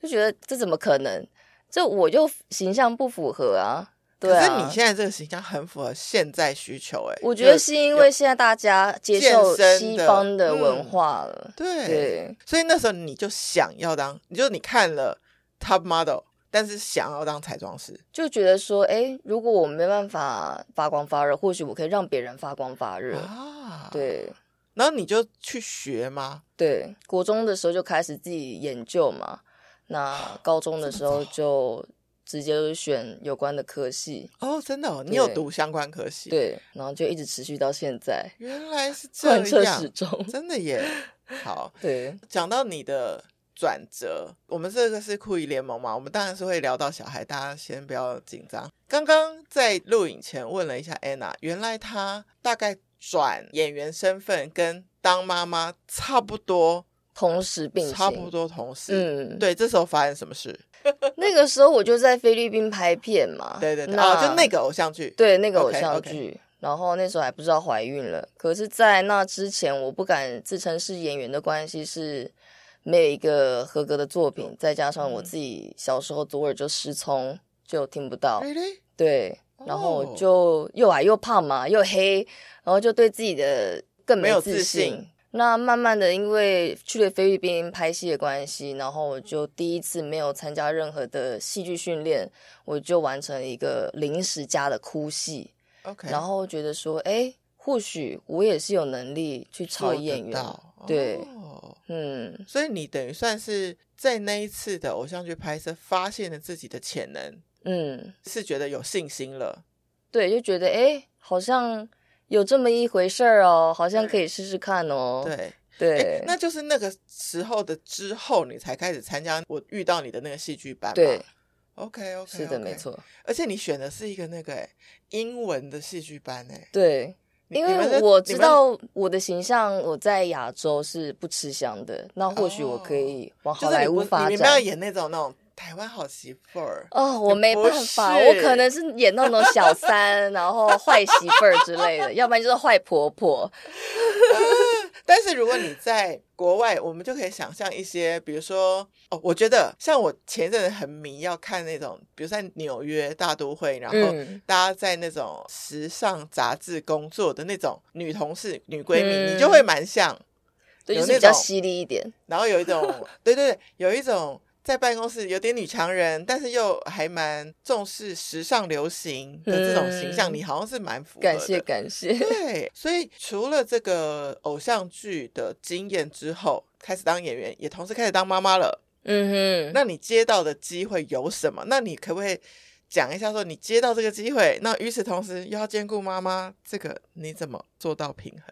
[SPEAKER 1] 就觉得这怎么可能？这我就形象不符合啊。 <laughs> 对
[SPEAKER 2] 可是
[SPEAKER 1] 啊
[SPEAKER 2] 你，现在这个形象很符合现在需求、哎，
[SPEAKER 1] 我觉得
[SPEAKER 2] 就是
[SPEAKER 1] 因为现在大家接受
[SPEAKER 2] 健身
[SPEAKER 1] 西
[SPEAKER 2] 的
[SPEAKER 1] 方的
[SPEAKER 2] 嗯
[SPEAKER 1] 文化了，
[SPEAKER 2] 对
[SPEAKER 1] 对，
[SPEAKER 2] 所以那时候你就想要当，你就你看了 Top Model，但是想要当彩妆师
[SPEAKER 1] 就觉得说，哎，如果我没办法发光发热，或许我可以让别人发光发热。
[SPEAKER 2] 啊，，
[SPEAKER 1] 对
[SPEAKER 2] 然后你就去学吗？
[SPEAKER 1] 对，国中的时候就开始自己研究嘛，那高中的时候就直接就选有关的科系，
[SPEAKER 2] 哦，真的、哦，你
[SPEAKER 1] 对
[SPEAKER 2] 有读相关科系？，
[SPEAKER 1] 对，然后就一直持续到现在，
[SPEAKER 2] 原来
[SPEAKER 1] <laughs>
[SPEAKER 2] 是这
[SPEAKER 1] 贯彻始
[SPEAKER 2] 样，
[SPEAKER 1] 终。
[SPEAKER 2] 真的耶。好，
[SPEAKER 1] 对，
[SPEAKER 2] 讲到你的转折，我们这个是酷艺联盟嘛，我们当然是会聊到小孩，大家先不要紧张。刚刚在录影前问了一下 Anna，原来她大概转演员身份跟当妈妈差不多，
[SPEAKER 1] 同时并行，
[SPEAKER 2] 差不多同时。
[SPEAKER 1] 嗯，
[SPEAKER 2] 对，这时候发生什么事？
[SPEAKER 1] 那个时候我就在菲律宾拍片嘛，
[SPEAKER 2] 对对对，
[SPEAKER 1] 啊那
[SPEAKER 2] 哦，就那个偶像剧，
[SPEAKER 1] 对那个偶
[SPEAKER 2] OK，
[SPEAKER 1] 像
[SPEAKER 2] OK
[SPEAKER 1] 剧。然后那时候还不知道怀孕了，可是，在那之前，我不敢自称是演员的关系是没有一个合格的作品，再加上我
[SPEAKER 2] 嗯
[SPEAKER 1] 自己小时候左耳就失聪，就听不到，
[SPEAKER 2] ，Really？
[SPEAKER 1] 对，然后
[SPEAKER 2] 哦
[SPEAKER 1] 就又矮又胖嘛，又黑，然后就对自己的更
[SPEAKER 2] 没有
[SPEAKER 1] 自
[SPEAKER 2] 自
[SPEAKER 1] 信。
[SPEAKER 2] 信
[SPEAKER 1] 那慢慢的，因为去了菲律宾拍戏的关系，然后我就第一次没有参加任何的戏剧训练，我就完成了一个临时加的哭戏，
[SPEAKER 2] OK，
[SPEAKER 1] 然后觉得说，哎，或许我也是有能力去炒
[SPEAKER 2] 做得
[SPEAKER 1] 演员，
[SPEAKER 2] 到
[SPEAKER 1] 对
[SPEAKER 2] 哦
[SPEAKER 1] 嗯，
[SPEAKER 2] 所以你等于算是在那一次的偶像剧拍摄，发现了自己的潜能，
[SPEAKER 1] 嗯，
[SPEAKER 2] 是觉得有信心了。
[SPEAKER 1] 对，就觉得哎，诶好像有这么一回事儿哦，好像可以试试看哦，
[SPEAKER 2] 对，
[SPEAKER 1] 对
[SPEAKER 2] 哎，，那就是那个时候的之后，你才开始参加我遇到你的那个戏剧班嘛。
[SPEAKER 1] 对
[SPEAKER 2] ，OK 哎 OK，
[SPEAKER 1] 是的，没。错，
[SPEAKER 2] 而且你选的是一个那个哎英文的戏剧班哎，
[SPEAKER 1] 对，
[SPEAKER 2] 你
[SPEAKER 1] 因
[SPEAKER 2] 你们
[SPEAKER 1] 为
[SPEAKER 2] 的
[SPEAKER 1] 我
[SPEAKER 2] 你
[SPEAKER 1] 知
[SPEAKER 2] 们
[SPEAKER 1] 道我的形象，我在亚洲是不吃香的，那或许我可以往
[SPEAKER 2] 哦就
[SPEAKER 1] 哦好
[SPEAKER 2] 是你
[SPEAKER 1] 莱
[SPEAKER 2] 不
[SPEAKER 1] 坞发
[SPEAKER 2] 你们要
[SPEAKER 1] 展。
[SPEAKER 2] 演那种那种台湾好媳妇儿。
[SPEAKER 1] 哦，我没
[SPEAKER 2] 不
[SPEAKER 1] 办法，我
[SPEAKER 2] 是
[SPEAKER 1] 可能是演那种小三，然后坏媳妇儿之类的，要不然就是坏婆婆。
[SPEAKER 2] 但是如果你在国外，我们就可以想象一些，比如说，哦，我觉得像我前一阵子很迷要看那种，比如在纽约大都会，然后
[SPEAKER 1] 嗯，
[SPEAKER 2] 大家在那种时尚杂志工作的那种女同事、女闺蜜，
[SPEAKER 1] 嗯
[SPEAKER 2] 你就会蛮像。
[SPEAKER 1] 对，
[SPEAKER 2] 有
[SPEAKER 1] 就是
[SPEAKER 2] 那
[SPEAKER 1] 比较
[SPEAKER 2] 种
[SPEAKER 1] 犀利一点。
[SPEAKER 2] 然后有一种，对对对，有一种在办公室有点女强人，但是又还蛮重视时尚流行的这种形象，
[SPEAKER 1] 嗯
[SPEAKER 2] 你好像是蛮符合的。
[SPEAKER 1] 感谢感谢，
[SPEAKER 2] 对，所以除了这个偶像剧的经验之后，开始当演员，也同时开始当妈妈了。
[SPEAKER 1] 嗯哼。
[SPEAKER 2] 那你接到的机会有什么？那你可不可以讲一下，说你接到这个机会，那与此同时又要兼顾妈妈，这个你怎么做到平衡？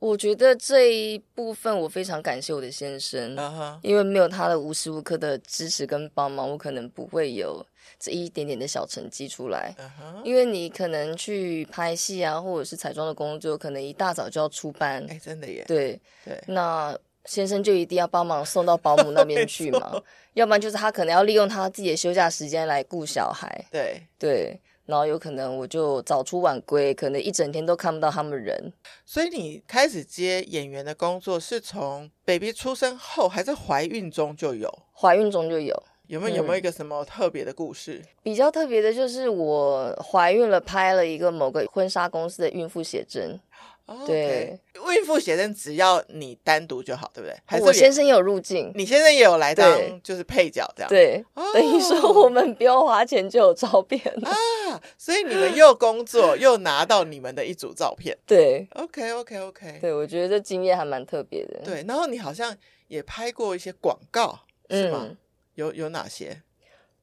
[SPEAKER 1] 我觉得这一部分我非常感谢我的先生，
[SPEAKER 2] 啊哈，
[SPEAKER 1] 因为没有他的无时无刻的支持跟帮忙，我可能不会有这一点点的小成绩出来。
[SPEAKER 2] 啊哈，
[SPEAKER 1] 因为你可能去拍戏啊，或者是彩妆的工作，可能一大早就要出班，
[SPEAKER 2] 哎，真的耶，
[SPEAKER 1] 对，
[SPEAKER 2] 对，
[SPEAKER 1] 那先生就一定要帮忙送到保姆那边去
[SPEAKER 2] <laughs> 没
[SPEAKER 1] 嘛，要不然就是他可能要利用他自己的休假时间来顾小孩，
[SPEAKER 2] 对，
[SPEAKER 1] 对，然后有可能我就早出晚归，可能一整天都看不到他们人。
[SPEAKER 2] 所以你开始接演员的工作是从 baby 出生后还是怀孕中就有？
[SPEAKER 1] 怀孕中就有，
[SPEAKER 2] 有没有有没有一个什么特别的故事？
[SPEAKER 1] 比较特别的就是我怀孕了，拍了一个某个婚纱公司的孕妇写真。
[SPEAKER 2] 哦
[SPEAKER 1] 对
[SPEAKER 2] OK 孕妇写真只要你单独就好，对不对？还是
[SPEAKER 1] 我
[SPEAKER 2] 也
[SPEAKER 1] 先生也有入境，
[SPEAKER 2] 你先生也有来当
[SPEAKER 1] 对
[SPEAKER 2] 就是配角这样。
[SPEAKER 1] 对，
[SPEAKER 2] 哦
[SPEAKER 1] <laughs> 等于说我们不用花钱就有照片
[SPEAKER 2] <laughs>
[SPEAKER 1] 了。
[SPEAKER 2] 啊，所以你们又工作又拿到你们的一组照片。
[SPEAKER 1] 对
[SPEAKER 2] OK OK OK，
[SPEAKER 1] 对，我觉得这经验还蛮特别的。，嗯
[SPEAKER 2] 对，然后你好像也拍过一些广告，是吗？
[SPEAKER 1] 嗯，
[SPEAKER 2] 有有哪些？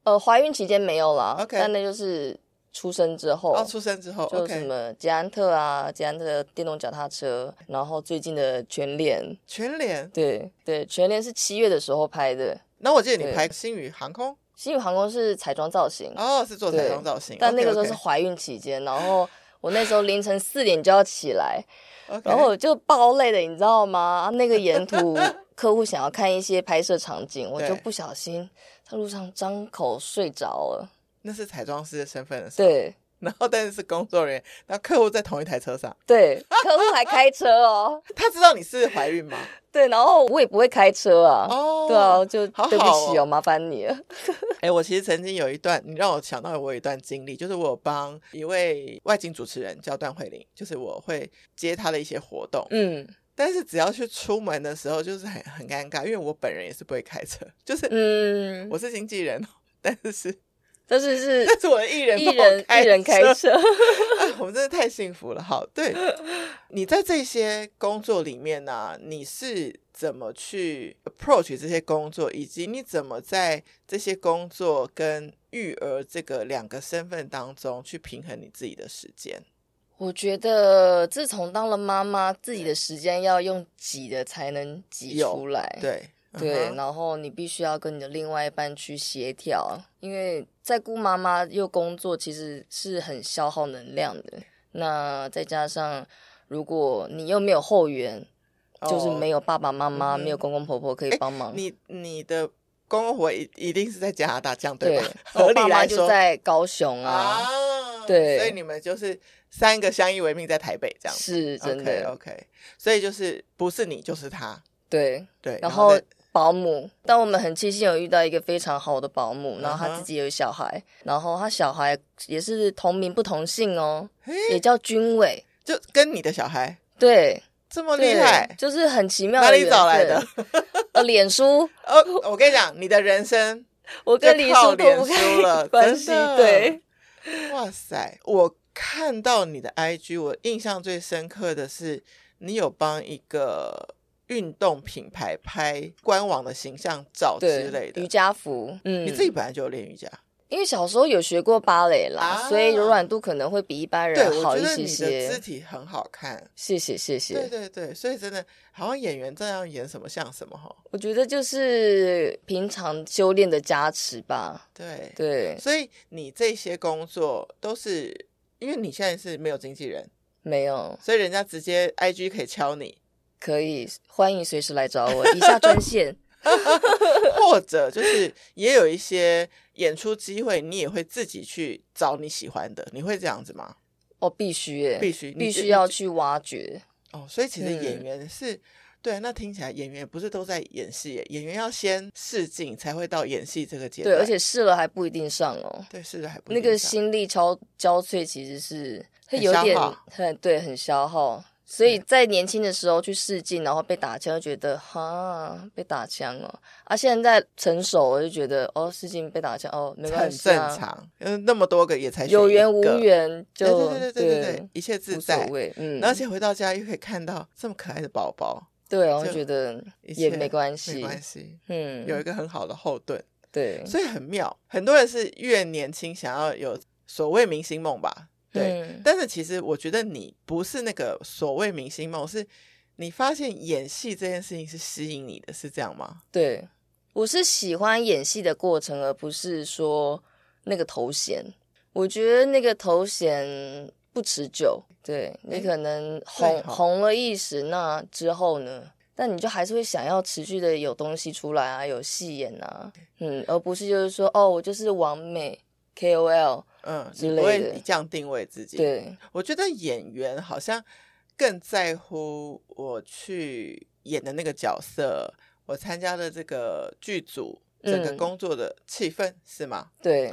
[SPEAKER 1] 呃，怀孕期间没有啦
[SPEAKER 2] OK
[SPEAKER 1] 但那就是出生之后。
[SPEAKER 2] 哦，出生之后
[SPEAKER 1] 就什
[SPEAKER 2] ，OK，
[SPEAKER 1] 么捷安特啊，捷安特的电动脚踏车，然后最近的全联，
[SPEAKER 2] 全脸。
[SPEAKER 1] 对对，全联是七月的时候拍的，
[SPEAKER 2] 然后我记得你
[SPEAKER 1] 对
[SPEAKER 2] 拍星宇航空，
[SPEAKER 1] 新宇航空是彩妆造型，
[SPEAKER 2] 哦，是做彩
[SPEAKER 1] 对
[SPEAKER 2] 妆造型，
[SPEAKER 1] 但那个时候是
[SPEAKER 2] OK，OK，
[SPEAKER 1] 怀孕期间，然后我那时候凌晨四点就要起来，
[SPEAKER 2] OK，
[SPEAKER 1] 然后我就爆累的，你知道吗？那个沿
[SPEAKER 2] <laughs>
[SPEAKER 1] 途客户想要看一些拍摄场景，我
[SPEAKER 2] 对
[SPEAKER 1] 就不小心在路上张口睡着了。
[SPEAKER 2] 那是彩妆师的身份的时候，
[SPEAKER 1] 对
[SPEAKER 2] 然后但是是工作人员，然后客户在同一台车上，
[SPEAKER 1] 对，客户还开车哦。
[SPEAKER 2] 他知道你是怀孕吗？
[SPEAKER 1] 对，然后我也不会开车啊。
[SPEAKER 2] 哦，
[SPEAKER 1] 对啊，就
[SPEAKER 2] 好好
[SPEAKER 1] 对不起
[SPEAKER 2] 哦
[SPEAKER 1] 哦，麻烦你了。
[SPEAKER 2] 哎、我其实曾经有一段，你让我想到我有一段经历，就是我有帮一位外景主持人叫段慧玲，就是我会接她的一些活动， <laughs>
[SPEAKER 1] 嗯
[SPEAKER 2] 但是只要去出门的时候，就是很很尴尬，因为我本人也是不会开车，就是
[SPEAKER 1] 嗯，
[SPEAKER 2] 我是经纪人哦，但是是 <laughs>
[SPEAKER 1] 但是是
[SPEAKER 2] 但是我的艺人
[SPEAKER 1] 一
[SPEAKER 2] 帮我
[SPEAKER 1] 人一人开
[SPEAKER 2] 车，
[SPEAKER 1] 车。 <laughs>
[SPEAKER 2] <laughs> 啊我们真的太幸福了。好，对你在这些工作里面呢、你是怎么去 approach 这些工作，以及你怎么在这些工作跟育儿这个两个身份当中去平衡你自己的时间？
[SPEAKER 1] 我觉得自从当了妈妈，自己的时间要用挤的才能挤
[SPEAKER 2] 有
[SPEAKER 1] 出来。
[SPEAKER 2] 对
[SPEAKER 1] 对
[SPEAKER 2] 嗯，哼
[SPEAKER 1] 然后你必须要跟你的另外一半去协调，因为在顾妈妈又工作，其实是很消耗能量的。那再加上，如果你又没有后援，就是没
[SPEAKER 2] 哦
[SPEAKER 1] 有爸爸妈妈、
[SPEAKER 2] 嗯哼
[SPEAKER 1] 没有公公婆婆可以帮忙，
[SPEAKER 2] 你你的公公婆一一定是在加拿大，这样
[SPEAKER 1] 对
[SPEAKER 2] 吧？，
[SPEAKER 1] 那
[SPEAKER 2] 合
[SPEAKER 1] 我
[SPEAKER 2] 理
[SPEAKER 1] 爸妈
[SPEAKER 2] 来
[SPEAKER 1] 就
[SPEAKER 2] 说
[SPEAKER 1] 在高雄啊，
[SPEAKER 2] 啊，
[SPEAKER 1] 对
[SPEAKER 2] 所以你们就是三个相依为命在台北这样子。
[SPEAKER 1] 是真的
[SPEAKER 2] o k OK，所以就是不是你就是他，
[SPEAKER 1] 对。
[SPEAKER 2] 对，
[SPEAKER 1] 然后
[SPEAKER 2] 再
[SPEAKER 1] 保姆，但我们很庆幸有遇到一个非常好的保姆，然后
[SPEAKER 2] 嗯
[SPEAKER 1] 她
[SPEAKER 2] 哼
[SPEAKER 1] 自己有小孩，然后她小孩也是同名不同姓哦，
[SPEAKER 2] 嘿
[SPEAKER 1] 也叫君伟，
[SPEAKER 2] 就跟你的小孩
[SPEAKER 1] 对，
[SPEAKER 2] 这么
[SPEAKER 1] 对
[SPEAKER 2] 厉害，
[SPEAKER 1] 就是很奇妙
[SPEAKER 2] 哪
[SPEAKER 1] 的
[SPEAKER 2] 里
[SPEAKER 1] 缘
[SPEAKER 2] 找来的
[SPEAKER 1] 分？？呃，脸
[SPEAKER 2] <laughs>
[SPEAKER 1] 书，
[SPEAKER 2] 哦，我跟你讲，你的人生
[SPEAKER 1] 我
[SPEAKER 2] 就
[SPEAKER 1] 跟李
[SPEAKER 2] 靠
[SPEAKER 1] 叔
[SPEAKER 2] 脸
[SPEAKER 1] 都不
[SPEAKER 2] 书了
[SPEAKER 1] 开关系
[SPEAKER 2] 真的，
[SPEAKER 1] 对，
[SPEAKER 2] 哇塞！我看到你的 IG，我印象最深刻的是你有帮一个运动品牌拍官网的形象照之类
[SPEAKER 1] 对，
[SPEAKER 2] 的
[SPEAKER 1] 瑜。伽服，嗯，
[SPEAKER 2] 你自己本来就有练瑜伽，
[SPEAKER 1] 因为小时候有学过芭蕾啦，
[SPEAKER 2] 啊
[SPEAKER 1] 所以柔软度可能会比一般
[SPEAKER 2] 对，
[SPEAKER 1] 人
[SPEAKER 2] 我
[SPEAKER 1] 啊好
[SPEAKER 2] 觉
[SPEAKER 1] 一
[SPEAKER 2] 得
[SPEAKER 1] 些
[SPEAKER 2] 你的肢
[SPEAKER 1] 些。
[SPEAKER 2] 体很好看。
[SPEAKER 1] 谢谢谢谢，
[SPEAKER 2] 对对对，所以真的好像演员这样演什么像什么哈。
[SPEAKER 1] 我觉得就是平常修炼的加持吧。
[SPEAKER 2] 对，
[SPEAKER 1] 对，
[SPEAKER 2] 所以你这些工作都是因为你现在是没有经纪人，
[SPEAKER 1] 没有，
[SPEAKER 2] 所以人家直接 IG 可以敲你，
[SPEAKER 1] 可以欢迎随时来找我，以下专
[SPEAKER 2] <laughs>
[SPEAKER 1] 线。
[SPEAKER 2] 或者就是也有一些演出机会，你也会自己去找你喜欢的，你会这样子吗？
[SPEAKER 1] 哦，必须耶，
[SPEAKER 2] 必须你
[SPEAKER 1] 必
[SPEAKER 2] 这
[SPEAKER 1] 须要去挖掘。
[SPEAKER 2] 哦，所以其实
[SPEAKER 1] 嗯
[SPEAKER 2] 演员是、对，那听起来演员不是都在演戏耶，演员要先试镜才会到演戏这个阶
[SPEAKER 1] 对，
[SPEAKER 2] 段，
[SPEAKER 1] 而且试了还不一定上哦。
[SPEAKER 2] 对是的还不一
[SPEAKER 1] 那
[SPEAKER 2] 定
[SPEAKER 1] 个
[SPEAKER 2] 上
[SPEAKER 1] 心力交交瘁其实是会
[SPEAKER 2] 很
[SPEAKER 1] 有
[SPEAKER 2] 消
[SPEAKER 1] 点
[SPEAKER 2] 耗
[SPEAKER 1] 很对，很消耗。所以在年轻的时候去试镜，然后被打枪，就觉得哈被打枪哦。啊，现在成熟了就觉得哦，试镜被打枪哦，没关
[SPEAKER 2] 很
[SPEAKER 1] 系、
[SPEAKER 2] 正
[SPEAKER 1] 啊，
[SPEAKER 2] 常，嗯，那么多个也才选
[SPEAKER 1] 有
[SPEAKER 2] 一
[SPEAKER 1] 缘无
[SPEAKER 2] 个，
[SPEAKER 1] 缘就
[SPEAKER 2] 对对对对对对对，一切自
[SPEAKER 1] 无所
[SPEAKER 2] 在。
[SPEAKER 1] 谓，嗯，
[SPEAKER 2] 而且回到家又可以看到这么可爱的宝宝，
[SPEAKER 1] 对啊，我
[SPEAKER 2] 就
[SPEAKER 1] 觉得
[SPEAKER 2] 一
[SPEAKER 1] 也
[SPEAKER 2] 切
[SPEAKER 1] 没关系
[SPEAKER 2] 没，关系，
[SPEAKER 1] 嗯，
[SPEAKER 2] 有一个很好的后盾，
[SPEAKER 1] 对，嗯
[SPEAKER 2] 所以很妙。很多人是越年轻想要有所谓明星梦吧，对。
[SPEAKER 1] 嗯
[SPEAKER 2] 但是其实我觉得你不是那个所谓明星梦，是你发现演戏这件事情是吸引你的，是这样吗？
[SPEAKER 1] 对，我是喜欢演戏的过程，而不是说那个头衔。我觉得那个头衔不持久，对
[SPEAKER 2] 诶
[SPEAKER 1] 你可能红、
[SPEAKER 2] 好
[SPEAKER 1] 红了一时，那之后呢？但你就还是会想要持续的有东西出来啊，有戏演啊，嗯，而不是就是说哦，我就是完美 KOL，
[SPEAKER 2] 嗯，
[SPEAKER 1] 之
[SPEAKER 2] 你不会
[SPEAKER 1] 类的
[SPEAKER 2] 你这样定位自己，
[SPEAKER 1] 对，
[SPEAKER 2] 我觉得演员好像更在乎我去演的那个角色，我参加的这个剧组，整个
[SPEAKER 1] 嗯
[SPEAKER 2] 工作的气氛、是吗？
[SPEAKER 1] 对，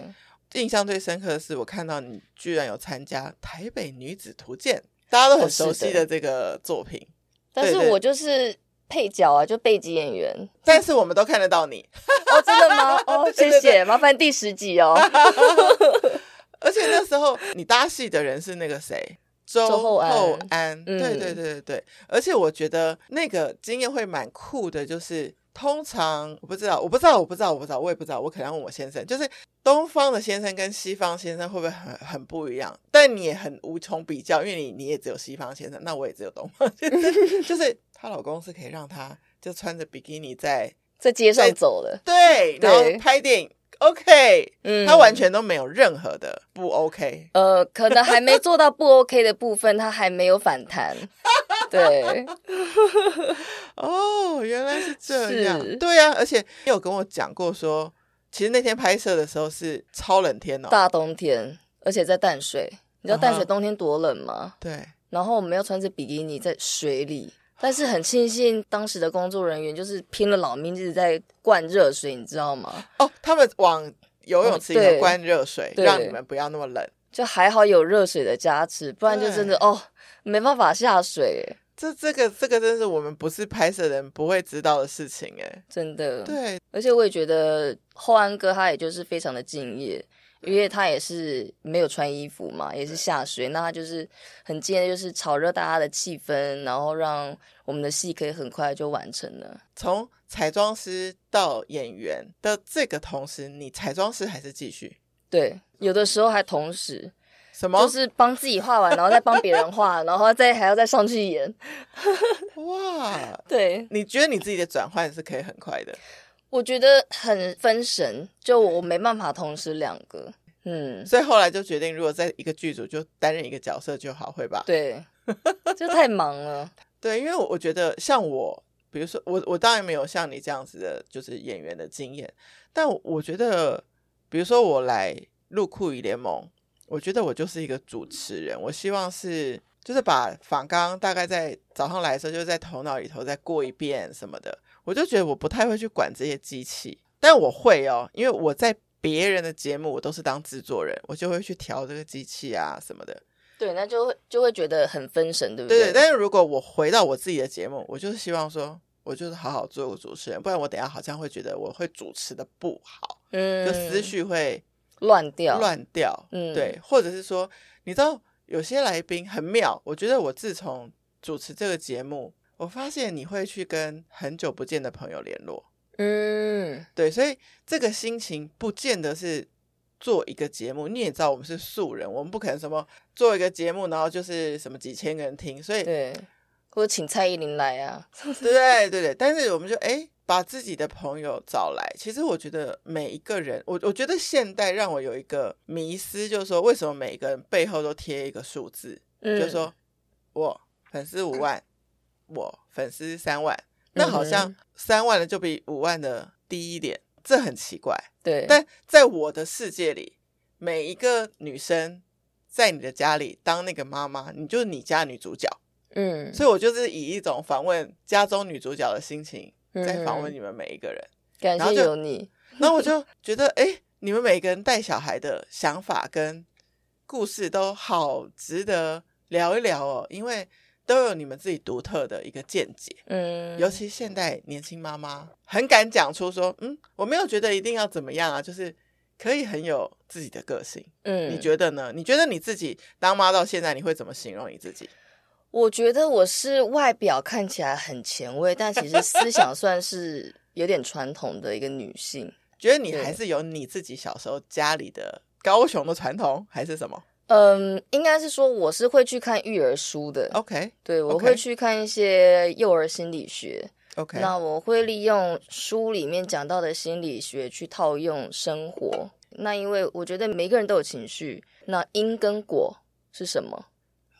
[SPEAKER 2] 印象最深刻的是，我看到你居然有参加《台北女子图鉴》，大家都很
[SPEAKER 1] 哦是
[SPEAKER 2] 熟悉
[SPEAKER 1] 的
[SPEAKER 2] 的这个作品，
[SPEAKER 1] 但是
[SPEAKER 2] 对
[SPEAKER 1] 我就是配角啊，就背景演员。
[SPEAKER 2] 但是我们都看得到你，
[SPEAKER 1] 哦，真的
[SPEAKER 2] <laughs>
[SPEAKER 1] 吗？哦，谢谢，麻烦第十集哦。
[SPEAKER 2] <laughs> 而且那时候你搭戏的人是那个谁？周
[SPEAKER 1] 厚安
[SPEAKER 2] 安
[SPEAKER 1] 嗯
[SPEAKER 2] 对对对对对，而且我觉得那个经验会蛮酷的，就是通常我不知道，我不知道，我不知道，我不知道，我也不知道，我可能要问我先生，就是东方的先生跟西方先生会不会很很不一样？但你也很无从比较，因为你你也只有西方先生，那我也只有东方 <laughs> 先生，就是她老公是可以让她就穿着比基尼在
[SPEAKER 1] 在街上走了，
[SPEAKER 2] 对，然后
[SPEAKER 1] 对
[SPEAKER 2] 拍电影，OK，
[SPEAKER 1] 嗯，
[SPEAKER 2] 他完全都没有任何的不 OK。
[SPEAKER 1] 呃，可能还没做到不 OK 的部分，他还没有反弹。对，
[SPEAKER 2] 哦，原来是这样
[SPEAKER 1] 是，
[SPEAKER 2] 对啊，而且你有跟我讲过说，其实那天拍摄的时候是超冷天哦，
[SPEAKER 1] 大冬天，而且在淡水，你知道
[SPEAKER 2] 啊哈
[SPEAKER 1] 淡水冬天多冷吗？
[SPEAKER 2] 对，
[SPEAKER 1] 然后我们要穿着比基尼在水里，但是很庆幸当时的工作人员就是拼了老命一直在灌热水，你知道吗？
[SPEAKER 2] 哦，他们往游泳池里
[SPEAKER 1] 哦
[SPEAKER 2] 头
[SPEAKER 1] 对
[SPEAKER 2] 灌热水，
[SPEAKER 1] 对
[SPEAKER 2] 让你们不要那么冷，
[SPEAKER 1] 就还好有热水的加持，不然就真的哦没办法下水，
[SPEAKER 2] 这这个这个真是我们不是拍摄人不会知道的事情哎，
[SPEAKER 1] 真的。
[SPEAKER 2] 对，
[SPEAKER 1] 而且我也觉得厚安哥他也就是非常的敬业，因为他也是没有穿衣服嘛，也是下水，那他就是很敬业，就是炒热大家的气氛，然后让我们的戏可以很快就完成了。
[SPEAKER 2] 从彩妆师到演员的这个同时，你彩妆师还是继续
[SPEAKER 1] 对，有的时候还同时
[SPEAKER 2] 什么？
[SPEAKER 1] 就是帮自己画完，然后再帮别人画，然后再还要再上去演。
[SPEAKER 2] 哇，
[SPEAKER 1] 对，
[SPEAKER 2] 你觉得你自己的转换是可以很快的，
[SPEAKER 1] 我觉得很分神，就我没办法同时两个。嗯，
[SPEAKER 2] 所以后来就决定，如果在一个剧组就担任一个角色就好，会吧？
[SPEAKER 1] 对，就太忙了。
[SPEAKER 2] 对，因为我我觉得像我，比如说我，我当然没有像你这样子的，就是演员的经验，但我我觉得，比如说我来录酷语联盟，我觉得我就是一个主持人，我希望是就是把访纲大概在早上来的时候，就在头脑里头再过一遍什么的，我就觉得我不太会去管这些机器，但我会哦，因为我在别人的节目我都是当制作人，我就会去调这个机器啊什么的。
[SPEAKER 1] 对，那就会就会觉得很分神，对不
[SPEAKER 2] 对对，
[SPEAKER 1] 对
[SPEAKER 2] 但是如果我回到我自己的节目，我就是希望说，我就是好好做个主持人，不然我等一下好像会觉得我会主持的不好，
[SPEAKER 1] 嗯
[SPEAKER 2] 就思绪会
[SPEAKER 1] 乱掉，
[SPEAKER 2] 乱掉。
[SPEAKER 1] 嗯
[SPEAKER 2] 对，或者是说，你知道有些来宾很妙，我觉得我自从主持这个节目，我发现你会去跟很久不见的朋友联络，
[SPEAKER 1] 嗯，
[SPEAKER 2] 对，所以这个心情不见得是做一个节目，你也知道我们是素人，我们不可能什么做一个节目，然后就是什么几千个人听，所以
[SPEAKER 1] 对，或者请蔡依林来啊，
[SPEAKER 2] <laughs> 对对对，但是我们就哎，把自己的朋友找来。其实我觉得每一个人，我我觉得现代让我有一个迷思，就是说为什么每一个人背后都贴一个数字，
[SPEAKER 1] 嗯，
[SPEAKER 2] 就是说我粉丝五万，我粉丝三万，那好
[SPEAKER 1] 嗯
[SPEAKER 2] 像三万的就比五万的低一点，这很奇怪。
[SPEAKER 1] 对，
[SPEAKER 2] 但在我的世界里，每一个女生在你的家里当那个妈妈，你就是你家女主角。
[SPEAKER 1] 嗯，
[SPEAKER 2] 所以我就是以一种访问家中女主角的心情在访问
[SPEAKER 1] 嗯
[SPEAKER 2] 你们每一个人，
[SPEAKER 1] 感
[SPEAKER 2] 然后
[SPEAKER 1] 谢
[SPEAKER 2] 就
[SPEAKER 1] 有你，
[SPEAKER 2] 那、我就觉得，哎、你们每个人带小孩的想法跟故事都好值得聊一聊哦，因为都有你们自己独特的一个见解。
[SPEAKER 1] 嗯，
[SPEAKER 2] 尤其现代年轻妈妈很敢讲出说，嗯，我没有觉得一定要怎么样啊，就是可以很有自己的个性。
[SPEAKER 1] 嗯，
[SPEAKER 2] 你觉得呢？你觉得你自己当妈到现在，你会怎么形容你自己？
[SPEAKER 1] 我觉得我是外表看起来很前卫，但其实思想算是 <laughs> 有点传统的一个女性。
[SPEAKER 2] 觉得你还
[SPEAKER 1] 对
[SPEAKER 2] 是有你自己小时候家里的高雄的传统，还是什么
[SPEAKER 1] 嗯，应该是说我是会去看育儿书的
[SPEAKER 2] ？OK
[SPEAKER 1] 对，我
[SPEAKER 2] 哦 OK
[SPEAKER 1] 会去看一些幼儿心理学。
[SPEAKER 2] OK，
[SPEAKER 1] 那我会利用书里面讲到的心理学去套用生活。那因为我觉得每个人都有情绪，那因跟果是什么？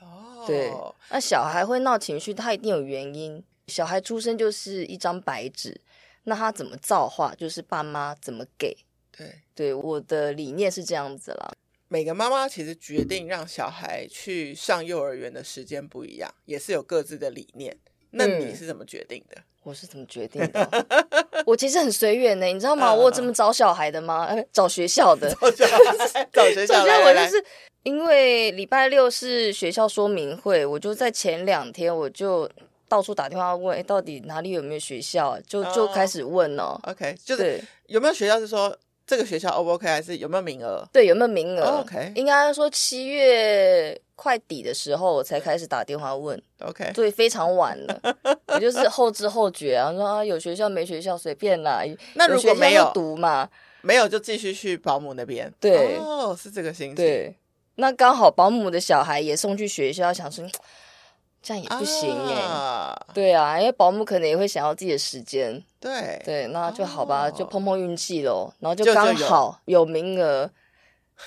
[SPEAKER 2] 哦，
[SPEAKER 1] 对，那小孩会闹情绪，他一定有原因。小孩出生就是一张白纸，那他怎么造化，就是爸妈怎么给。
[SPEAKER 2] 对，
[SPEAKER 1] 对，我的理念是这样子啦。
[SPEAKER 2] 每个妈妈其实决定让小孩去上幼儿园的时间不一样，也是有各自的理念。那你是怎么决定的？ <laughs>
[SPEAKER 1] 我是怎么决定的哦？我其实很随缘呢，你知道吗？
[SPEAKER 2] 嗯嗯
[SPEAKER 1] 我有这么找小孩的吗？ <laughs> 呃找学校的。
[SPEAKER 2] 找学校，找学校
[SPEAKER 1] 首
[SPEAKER 2] 来，
[SPEAKER 1] 先，我
[SPEAKER 2] 来
[SPEAKER 1] 就是因为礼拜六是学校说明会，我就在前两天我就到处打电话问，哎，到底哪里有没有学校啊？就就
[SPEAKER 2] 哦
[SPEAKER 1] 开始问哦。
[SPEAKER 2] 来 <laughs> OK，就是
[SPEAKER 1] 对
[SPEAKER 2] 有没有学校是说这个学校 O 不 OK，还是有没有名额？
[SPEAKER 1] 对，有没有名
[SPEAKER 2] 哦
[SPEAKER 1] 额
[SPEAKER 2] ，OK
[SPEAKER 1] 应该说七月快底的时候，我才开始打电话问，
[SPEAKER 2] OK，
[SPEAKER 1] 所以非常晚了。我就是后知后觉啊，说啊有学校没学校随便啦，
[SPEAKER 2] 那如
[SPEAKER 1] 学
[SPEAKER 2] 果
[SPEAKER 1] 校
[SPEAKER 2] 没
[SPEAKER 1] 就
[SPEAKER 2] 有
[SPEAKER 1] 读嘛，
[SPEAKER 2] 没有就继续去保姆那边。
[SPEAKER 1] 对
[SPEAKER 2] 哦，是这个心情。，
[SPEAKER 1] 对，那刚好保姆的小孩也送去学校，想说嗯这样也不行欸耶、
[SPEAKER 2] 啊、
[SPEAKER 1] 对啊，因为保姆可能也会想要自己的时间，
[SPEAKER 2] 对，
[SPEAKER 1] 对，那就好吧，
[SPEAKER 2] 哦
[SPEAKER 1] 就碰碰运气喽。然后就
[SPEAKER 2] 就就
[SPEAKER 1] 刚
[SPEAKER 2] 有
[SPEAKER 1] 好有名额，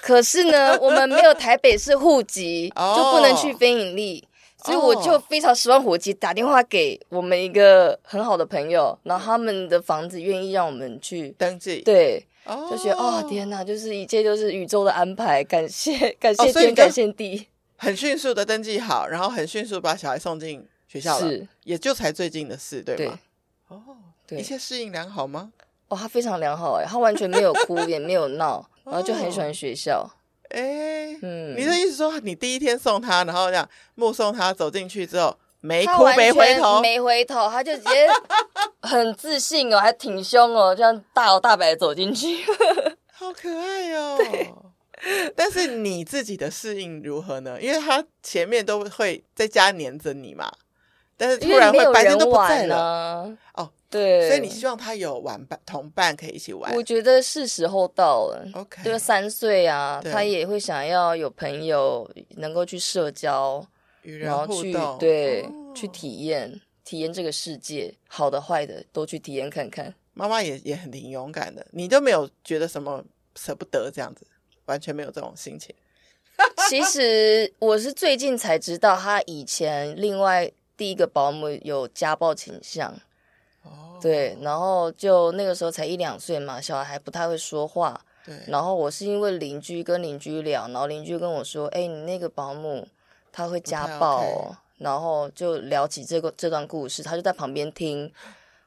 [SPEAKER 1] 可是呢，我们没有台北市户籍，
[SPEAKER 2] <laughs> 哦
[SPEAKER 1] 就不能去非盈利，所以我就
[SPEAKER 2] 哦
[SPEAKER 1] 非常十万火急打电话给我们一个很好的朋友，然后他们的房子愿意让我们去，
[SPEAKER 2] 登记。，
[SPEAKER 1] 对，
[SPEAKER 2] 哦
[SPEAKER 1] 就觉得哦天哪，就是一切就是宇宙的安排，感谢 <laughs> 感谢
[SPEAKER 2] 哦所
[SPEAKER 1] 天，
[SPEAKER 2] 以你就
[SPEAKER 1] 感谢地，
[SPEAKER 2] 很迅速的登记好，然后很迅速把小孩送进学校了，
[SPEAKER 1] 是
[SPEAKER 2] 也就才最近的事，对
[SPEAKER 1] 对
[SPEAKER 2] 吗？哦，
[SPEAKER 1] 对
[SPEAKER 2] 一切适应良好吗？
[SPEAKER 1] 哇，他非常良好哎，他完全没有哭也没有闹，然后就很喜欢学校，
[SPEAKER 2] 哎、
[SPEAKER 1] 嗯，
[SPEAKER 2] 哦你的意思说你第一天送他，然后这样目送他走进去之后，没
[SPEAKER 1] 他
[SPEAKER 2] 哭
[SPEAKER 1] 完
[SPEAKER 2] 没
[SPEAKER 1] 全
[SPEAKER 2] 回头，
[SPEAKER 1] 没回头，他就直接很自信哦，还挺凶哦，这样大摇大摆地走进
[SPEAKER 2] <laughs>
[SPEAKER 1] 去。
[SPEAKER 2] 好可爱
[SPEAKER 1] <laughs>
[SPEAKER 2] 哦。但是你自己的适应如何呢？因为他前面都会在家黏着你嘛，但是
[SPEAKER 1] 因
[SPEAKER 2] 突
[SPEAKER 1] 为
[SPEAKER 2] 然
[SPEAKER 1] 没
[SPEAKER 2] 会
[SPEAKER 1] 有
[SPEAKER 2] 白天
[SPEAKER 1] 人
[SPEAKER 2] 都不在
[SPEAKER 1] 玩
[SPEAKER 2] 了，
[SPEAKER 1] 啊。
[SPEAKER 2] 哦，
[SPEAKER 1] 对，
[SPEAKER 2] 所以你希望他有玩伴同伴可以一起玩
[SPEAKER 1] 我觉得是时候到了。
[SPEAKER 2] ，OK？
[SPEAKER 1] 这个三岁啊，
[SPEAKER 2] 哦对
[SPEAKER 1] 他也会想要有朋友，能够去社交，
[SPEAKER 2] 与
[SPEAKER 1] 然后
[SPEAKER 2] 人互
[SPEAKER 1] 去
[SPEAKER 2] 动，
[SPEAKER 1] 对、
[SPEAKER 2] 哦
[SPEAKER 1] 去体验体验这个世界，好的坏的都去体验看看。
[SPEAKER 2] 妈妈也也很挺勇敢的，你都没有觉得什么舍不得这样子，完全没有这种心情。
[SPEAKER 1] 其实我是最近才知道，他以前另外第一个保姆有家暴倾向，
[SPEAKER 2] 哦，
[SPEAKER 1] 对，然后就那个时候才一两岁嘛，小孩还不太会说话。
[SPEAKER 2] 对，
[SPEAKER 1] 然后我是因为邻居跟邻居聊，然后邻居跟我说：“哎、你那个保姆她会
[SPEAKER 2] 不太
[SPEAKER 1] 家
[SPEAKER 2] OK
[SPEAKER 1] 暴、哦。然后就聊起这个这段故事，他就在旁边听，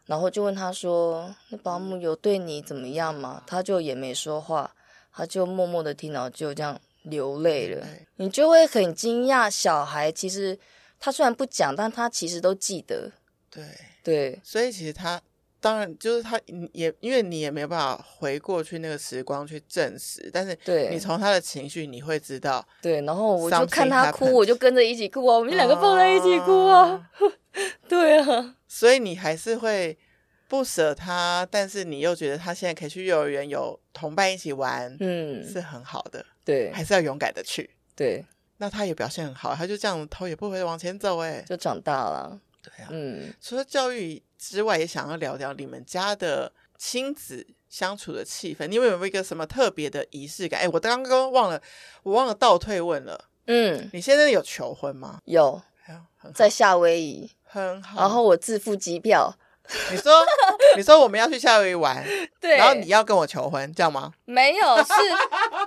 [SPEAKER 1] 然后就问他说：“那保
[SPEAKER 2] 嗯
[SPEAKER 1] 姆有对你怎么样吗？”他就也没说话，他就默默的听，然后就这样流泪了。
[SPEAKER 2] 对
[SPEAKER 1] 你就会很惊讶，小孩其实他虽然不讲，但他其实都记得。
[SPEAKER 2] 对，
[SPEAKER 1] 对，
[SPEAKER 2] 所以其实他当然就是他你也因为你也没有办法回过去那个时光去证实，但是
[SPEAKER 1] 对
[SPEAKER 2] 你从他的情绪你会知道，
[SPEAKER 1] 对，然后我就
[SPEAKER 2] Something
[SPEAKER 1] 看他
[SPEAKER 2] happened
[SPEAKER 1] 哭，我就跟着一起哭啊，我们两个抱在一起哭啊，
[SPEAKER 2] 哦，
[SPEAKER 1] 对啊，
[SPEAKER 2] 所以你还是会。不舍他，但是你又觉得他现在可以去幼儿园有同伴一起玩，
[SPEAKER 1] 嗯，
[SPEAKER 2] 是很好的，
[SPEAKER 1] 对
[SPEAKER 2] 还是要勇敢的去。
[SPEAKER 1] 对，
[SPEAKER 2] 那他也表现很好，他就这样头也不回地往前走，哎，
[SPEAKER 1] 就长大了，
[SPEAKER 2] 对啊。
[SPEAKER 1] 嗯，
[SPEAKER 2] 除了教育之外，也想要聊聊你们家的亲子相处的气氛，你们有没有一个什么特别的仪式感？哎，我刚刚忘了，我忘了倒退问了，
[SPEAKER 1] 嗯，
[SPEAKER 2] 你现在有求婚吗？
[SPEAKER 1] 有
[SPEAKER 2] 哎呦很好
[SPEAKER 1] 在夏威夷，
[SPEAKER 2] 很好。
[SPEAKER 1] 然后我自付机票，
[SPEAKER 2] 你说，你说我们要去夏威
[SPEAKER 1] <laughs>
[SPEAKER 2] 夷玩，
[SPEAKER 1] 对，
[SPEAKER 2] 然后你要跟我求婚，这样吗？
[SPEAKER 1] 没有，是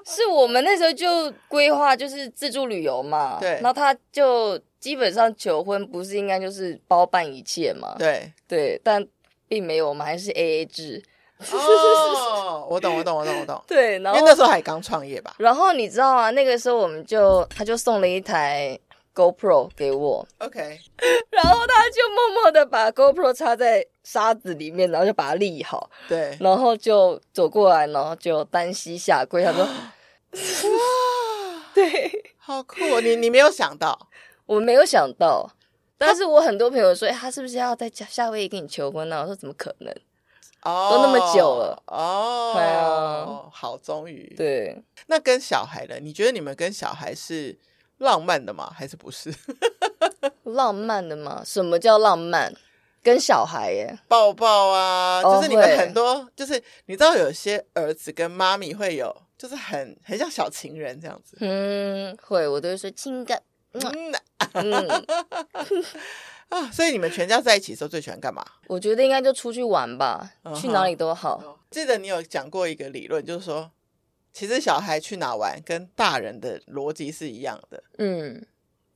[SPEAKER 1] <laughs> 是我们那时候就规划就是自助旅游嘛，
[SPEAKER 2] 对
[SPEAKER 1] 那他就基本上求婚不是应该就是包办一切嘛，
[SPEAKER 2] 对。
[SPEAKER 1] <laughs> 对，但并没有，我们还是 A A 制，
[SPEAKER 2] 哦，我懂，我懂，我懂，我懂。
[SPEAKER 1] 对，
[SPEAKER 2] 因
[SPEAKER 1] 然
[SPEAKER 2] 为
[SPEAKER 1] 后
[SPEAKER 2] 那时候还刚创业吧。
[SPEAKER 1] 然后你知道啊，那个时候我们就他就送了一台 GoPro 给我，
[SPEAKER 2] OK，
[SPEAKER 1] 然后他就默默的把 GoPro 插在沙子里面，然后就把它立好，
[SPEAKER 2] 对。
[SPEAKER 1] 然后就走过来，然后就单膝下跪，他说
[SPEAKER 2] 哇，：“
[SPEAKER 1] 对
[SPEAKER 2] 好酷哦！你你没有想到，
[SPEAKER 1] 我没有想到。”但是我很多朋友说，哎，他是不是要在夏夏威夷跟你求婚呢、我说怎么可能？
[SPEAKER 2] 哦，
[SPEAKER 1] 都那么久了
[SPEAKER 2] 哦，
[SPEAKER 1] 对啊，
[SPEAKER 2] 好，终于。，
[SPEAKER 1] 对，
[SPEAKER 2] 那跟小孩呢？你觉得你们跟小孩是浪漫的吗？还是不是？ <laughs>
[SPEAKER 1] 浪漫的嘛？什么叫浪漫？跟小孩耶，
[SPEAKER 2] 抱抱啊，
[SPEAKER 1] 哦
[SPEAKER 2] 就是你们
[SPEAKER 1] 会
[SPEAKER 2] 很多，就是你知道有些儿子跟妈咪会有，就是很很像小情人这样子。
[SPEAKER 1] 嗯，会，我都会说亲个，
[SPEAKER 2] 嗯
[SPEAKER 1] 嗯， <laughs>
[SPEAKER 2] 啊，所以你们全家在一起的时候最喜欢干嘛？
[SPEAKER 1] 我觉得应该就出去玩吧
[SPEAKER 2] 嗯哼
[SPEAKER 1] 去哪里都好。
[SPEAKER 2] 记得你有讲过一个理论，就是说，其实小孩去哪玩跟大人的逻辑是一样的。
[SPEAKER 1] 嗯，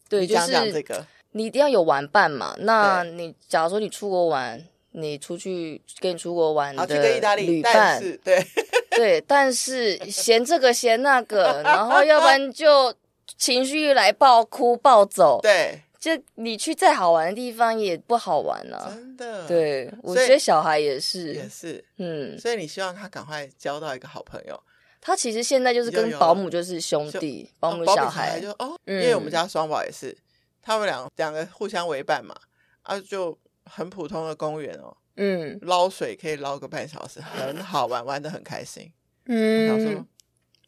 [SPEAKER 1] 对，
[SPEAKER 2] 你
[SPEAKER 1] 就
[SPEAKER 2] 讲讲这
[SPEAKER 1] 是
[SPEAKER 2] 个，
[SPEAKER 1] 你一定要有玩伴嘛。那你假如说你出国玩，你出去跟你出国玩
[SPEAKER 2] 好去
[SPEAKER 1] 的
[SPEAKER 2] 跟意大利，
[SPEAKER 1] 旅
[SPEAKER 2] 但
[SPEAKER 1] 伴，
[SPEAKER 2] 是对，
[SPEAKER 1] 对，但是嫌这个嫌那个，然后要不然就情绪一来暴哭暴走，
[SPEAKER 2] 对，
[SPEAKER 1] 这你去再好玩的地方也不好玩啊。
[SPEAKER 2] 真的，，
[SPEAKER 1] 对，我
[SPEAKER 2] 所以
[SPEAKER 1] 觉得小孩也
[SPEAKER 2] 也
[SPEAKER 1] 是，
[SPEAKER 2] 是。
[SPEAKER 1] 嗯，
[SPEAKER 2] 所以你希望他赶快交到一个好朋友，
[SPEAKER 1] 他其实现在就是
[SPEAKER 2] 有
[SPEAKER 1] 跟
[SPEAKER 2] 有
[SPEAKER 1] 保姆就是兄弟，保姆
[SPEAKER 2] 哦保
[SPEAKER 1] 小
[SPEAKER 2] 孩
[SPEAKER 1] 孩，
[SPEAKER 2] 就哦，因
[SPEAKER 1] 嗯
[SPEAKER 2] 为我们家双宝也是，他们两两个互相为伴嘛，啊，就很普通的公园哦，
[SPEAKER 1] 嗯
[SPEAKER 2] 捞水可以捞个半小时，很好玩，玩的很开心。我想
[SPEAKER 1] 嗯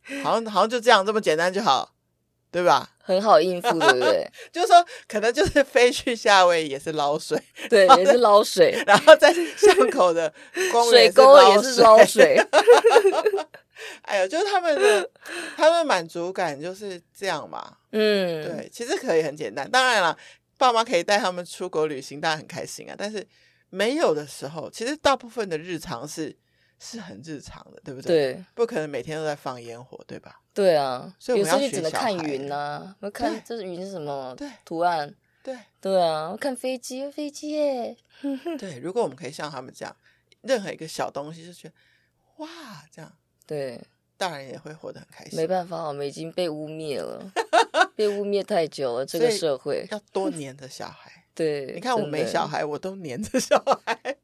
[SPEAKER 2] 说，，好像好像就这样这么简单就好，对吧？ <laughs>
[SPEAKER 1] 很好应付，对不对？
[SPEAKER 2] 就是说，可能就是飞去夏威夷也是捞水，
[SPEAKER 1] 对，也是捞水，
[SPEAKER 2] <laughs> 然后在巷口的公园
[SPEAKER 1] 水沟也
[SPEAKER 2] 是
[SPEAKER 1] 是捞水，
[SPEAKER 2] <laughs> 哎呦，就是他们的他们满足感就是这样嘛。
[SPEAKER 1] 嗯，
[SPEAKER 2] 对，其实可以很简单。当然了，爸妈可以带他们出国旅行，当然很开心啊。但是没有的时候，其实大部分的日常是是很日常的，对不对？对，
[SPEAKER 1] 对
[SPEAKER 2] 不可能每天都在放烟火，对吧？
[SPEAKER 1] 对啊，
[SPEAKER 2] 所以
[SPEAKER 1] 有
[SPEAKER 2] 我们
[SPEAKER 1] 时
[SPEAKER 2] 要
[SPEAKER 1] 候就
[SPEAKER 2] 学
[SPEAKER 1] 只能
[SPEAKER 2] 小
[SPEAKER 1] 看
[SPEAKER 2] 孩
[SPEAKER 1] 云呐，我看
[SPEAKER 2] 对
[SPEAKER 1] 这是云是什么
[SPEAKER 2] 对
[SPEAKER 1] 图案，
[SPEAKER 2] 对
[SPEAKER 1] 对啊，我看飞机，飞机耶，
[SPEAKER 2] 对，如果我们可以像他们这样，任何一个小东西就觉得哇，这样
[SPEAKER 1] 对，
[SPEAKER 2] 大人也会活得很开
[SPEAKER 1] 没
[SPEAKER 2] 心。
[SPEAKER 1] 办法，我们已经被污蔑
[SPEAKER 2] <laughs>
[SPEAKER 1] 了，被污蔑太久了，这个
[SPEAKER 2] 所以
[SPEAKER 1] 社会，
[SPEAKER 2] 要多黏着小孩，
[SPEAKER 1] 对，
[SPEAKER 2] 你看我
[SPEAKER 1] 真的
[SPEAKER 2] 没小，孩，我都黏着小
[SPEAKER 1] <laughs>
[SPEAKER 2] 孩，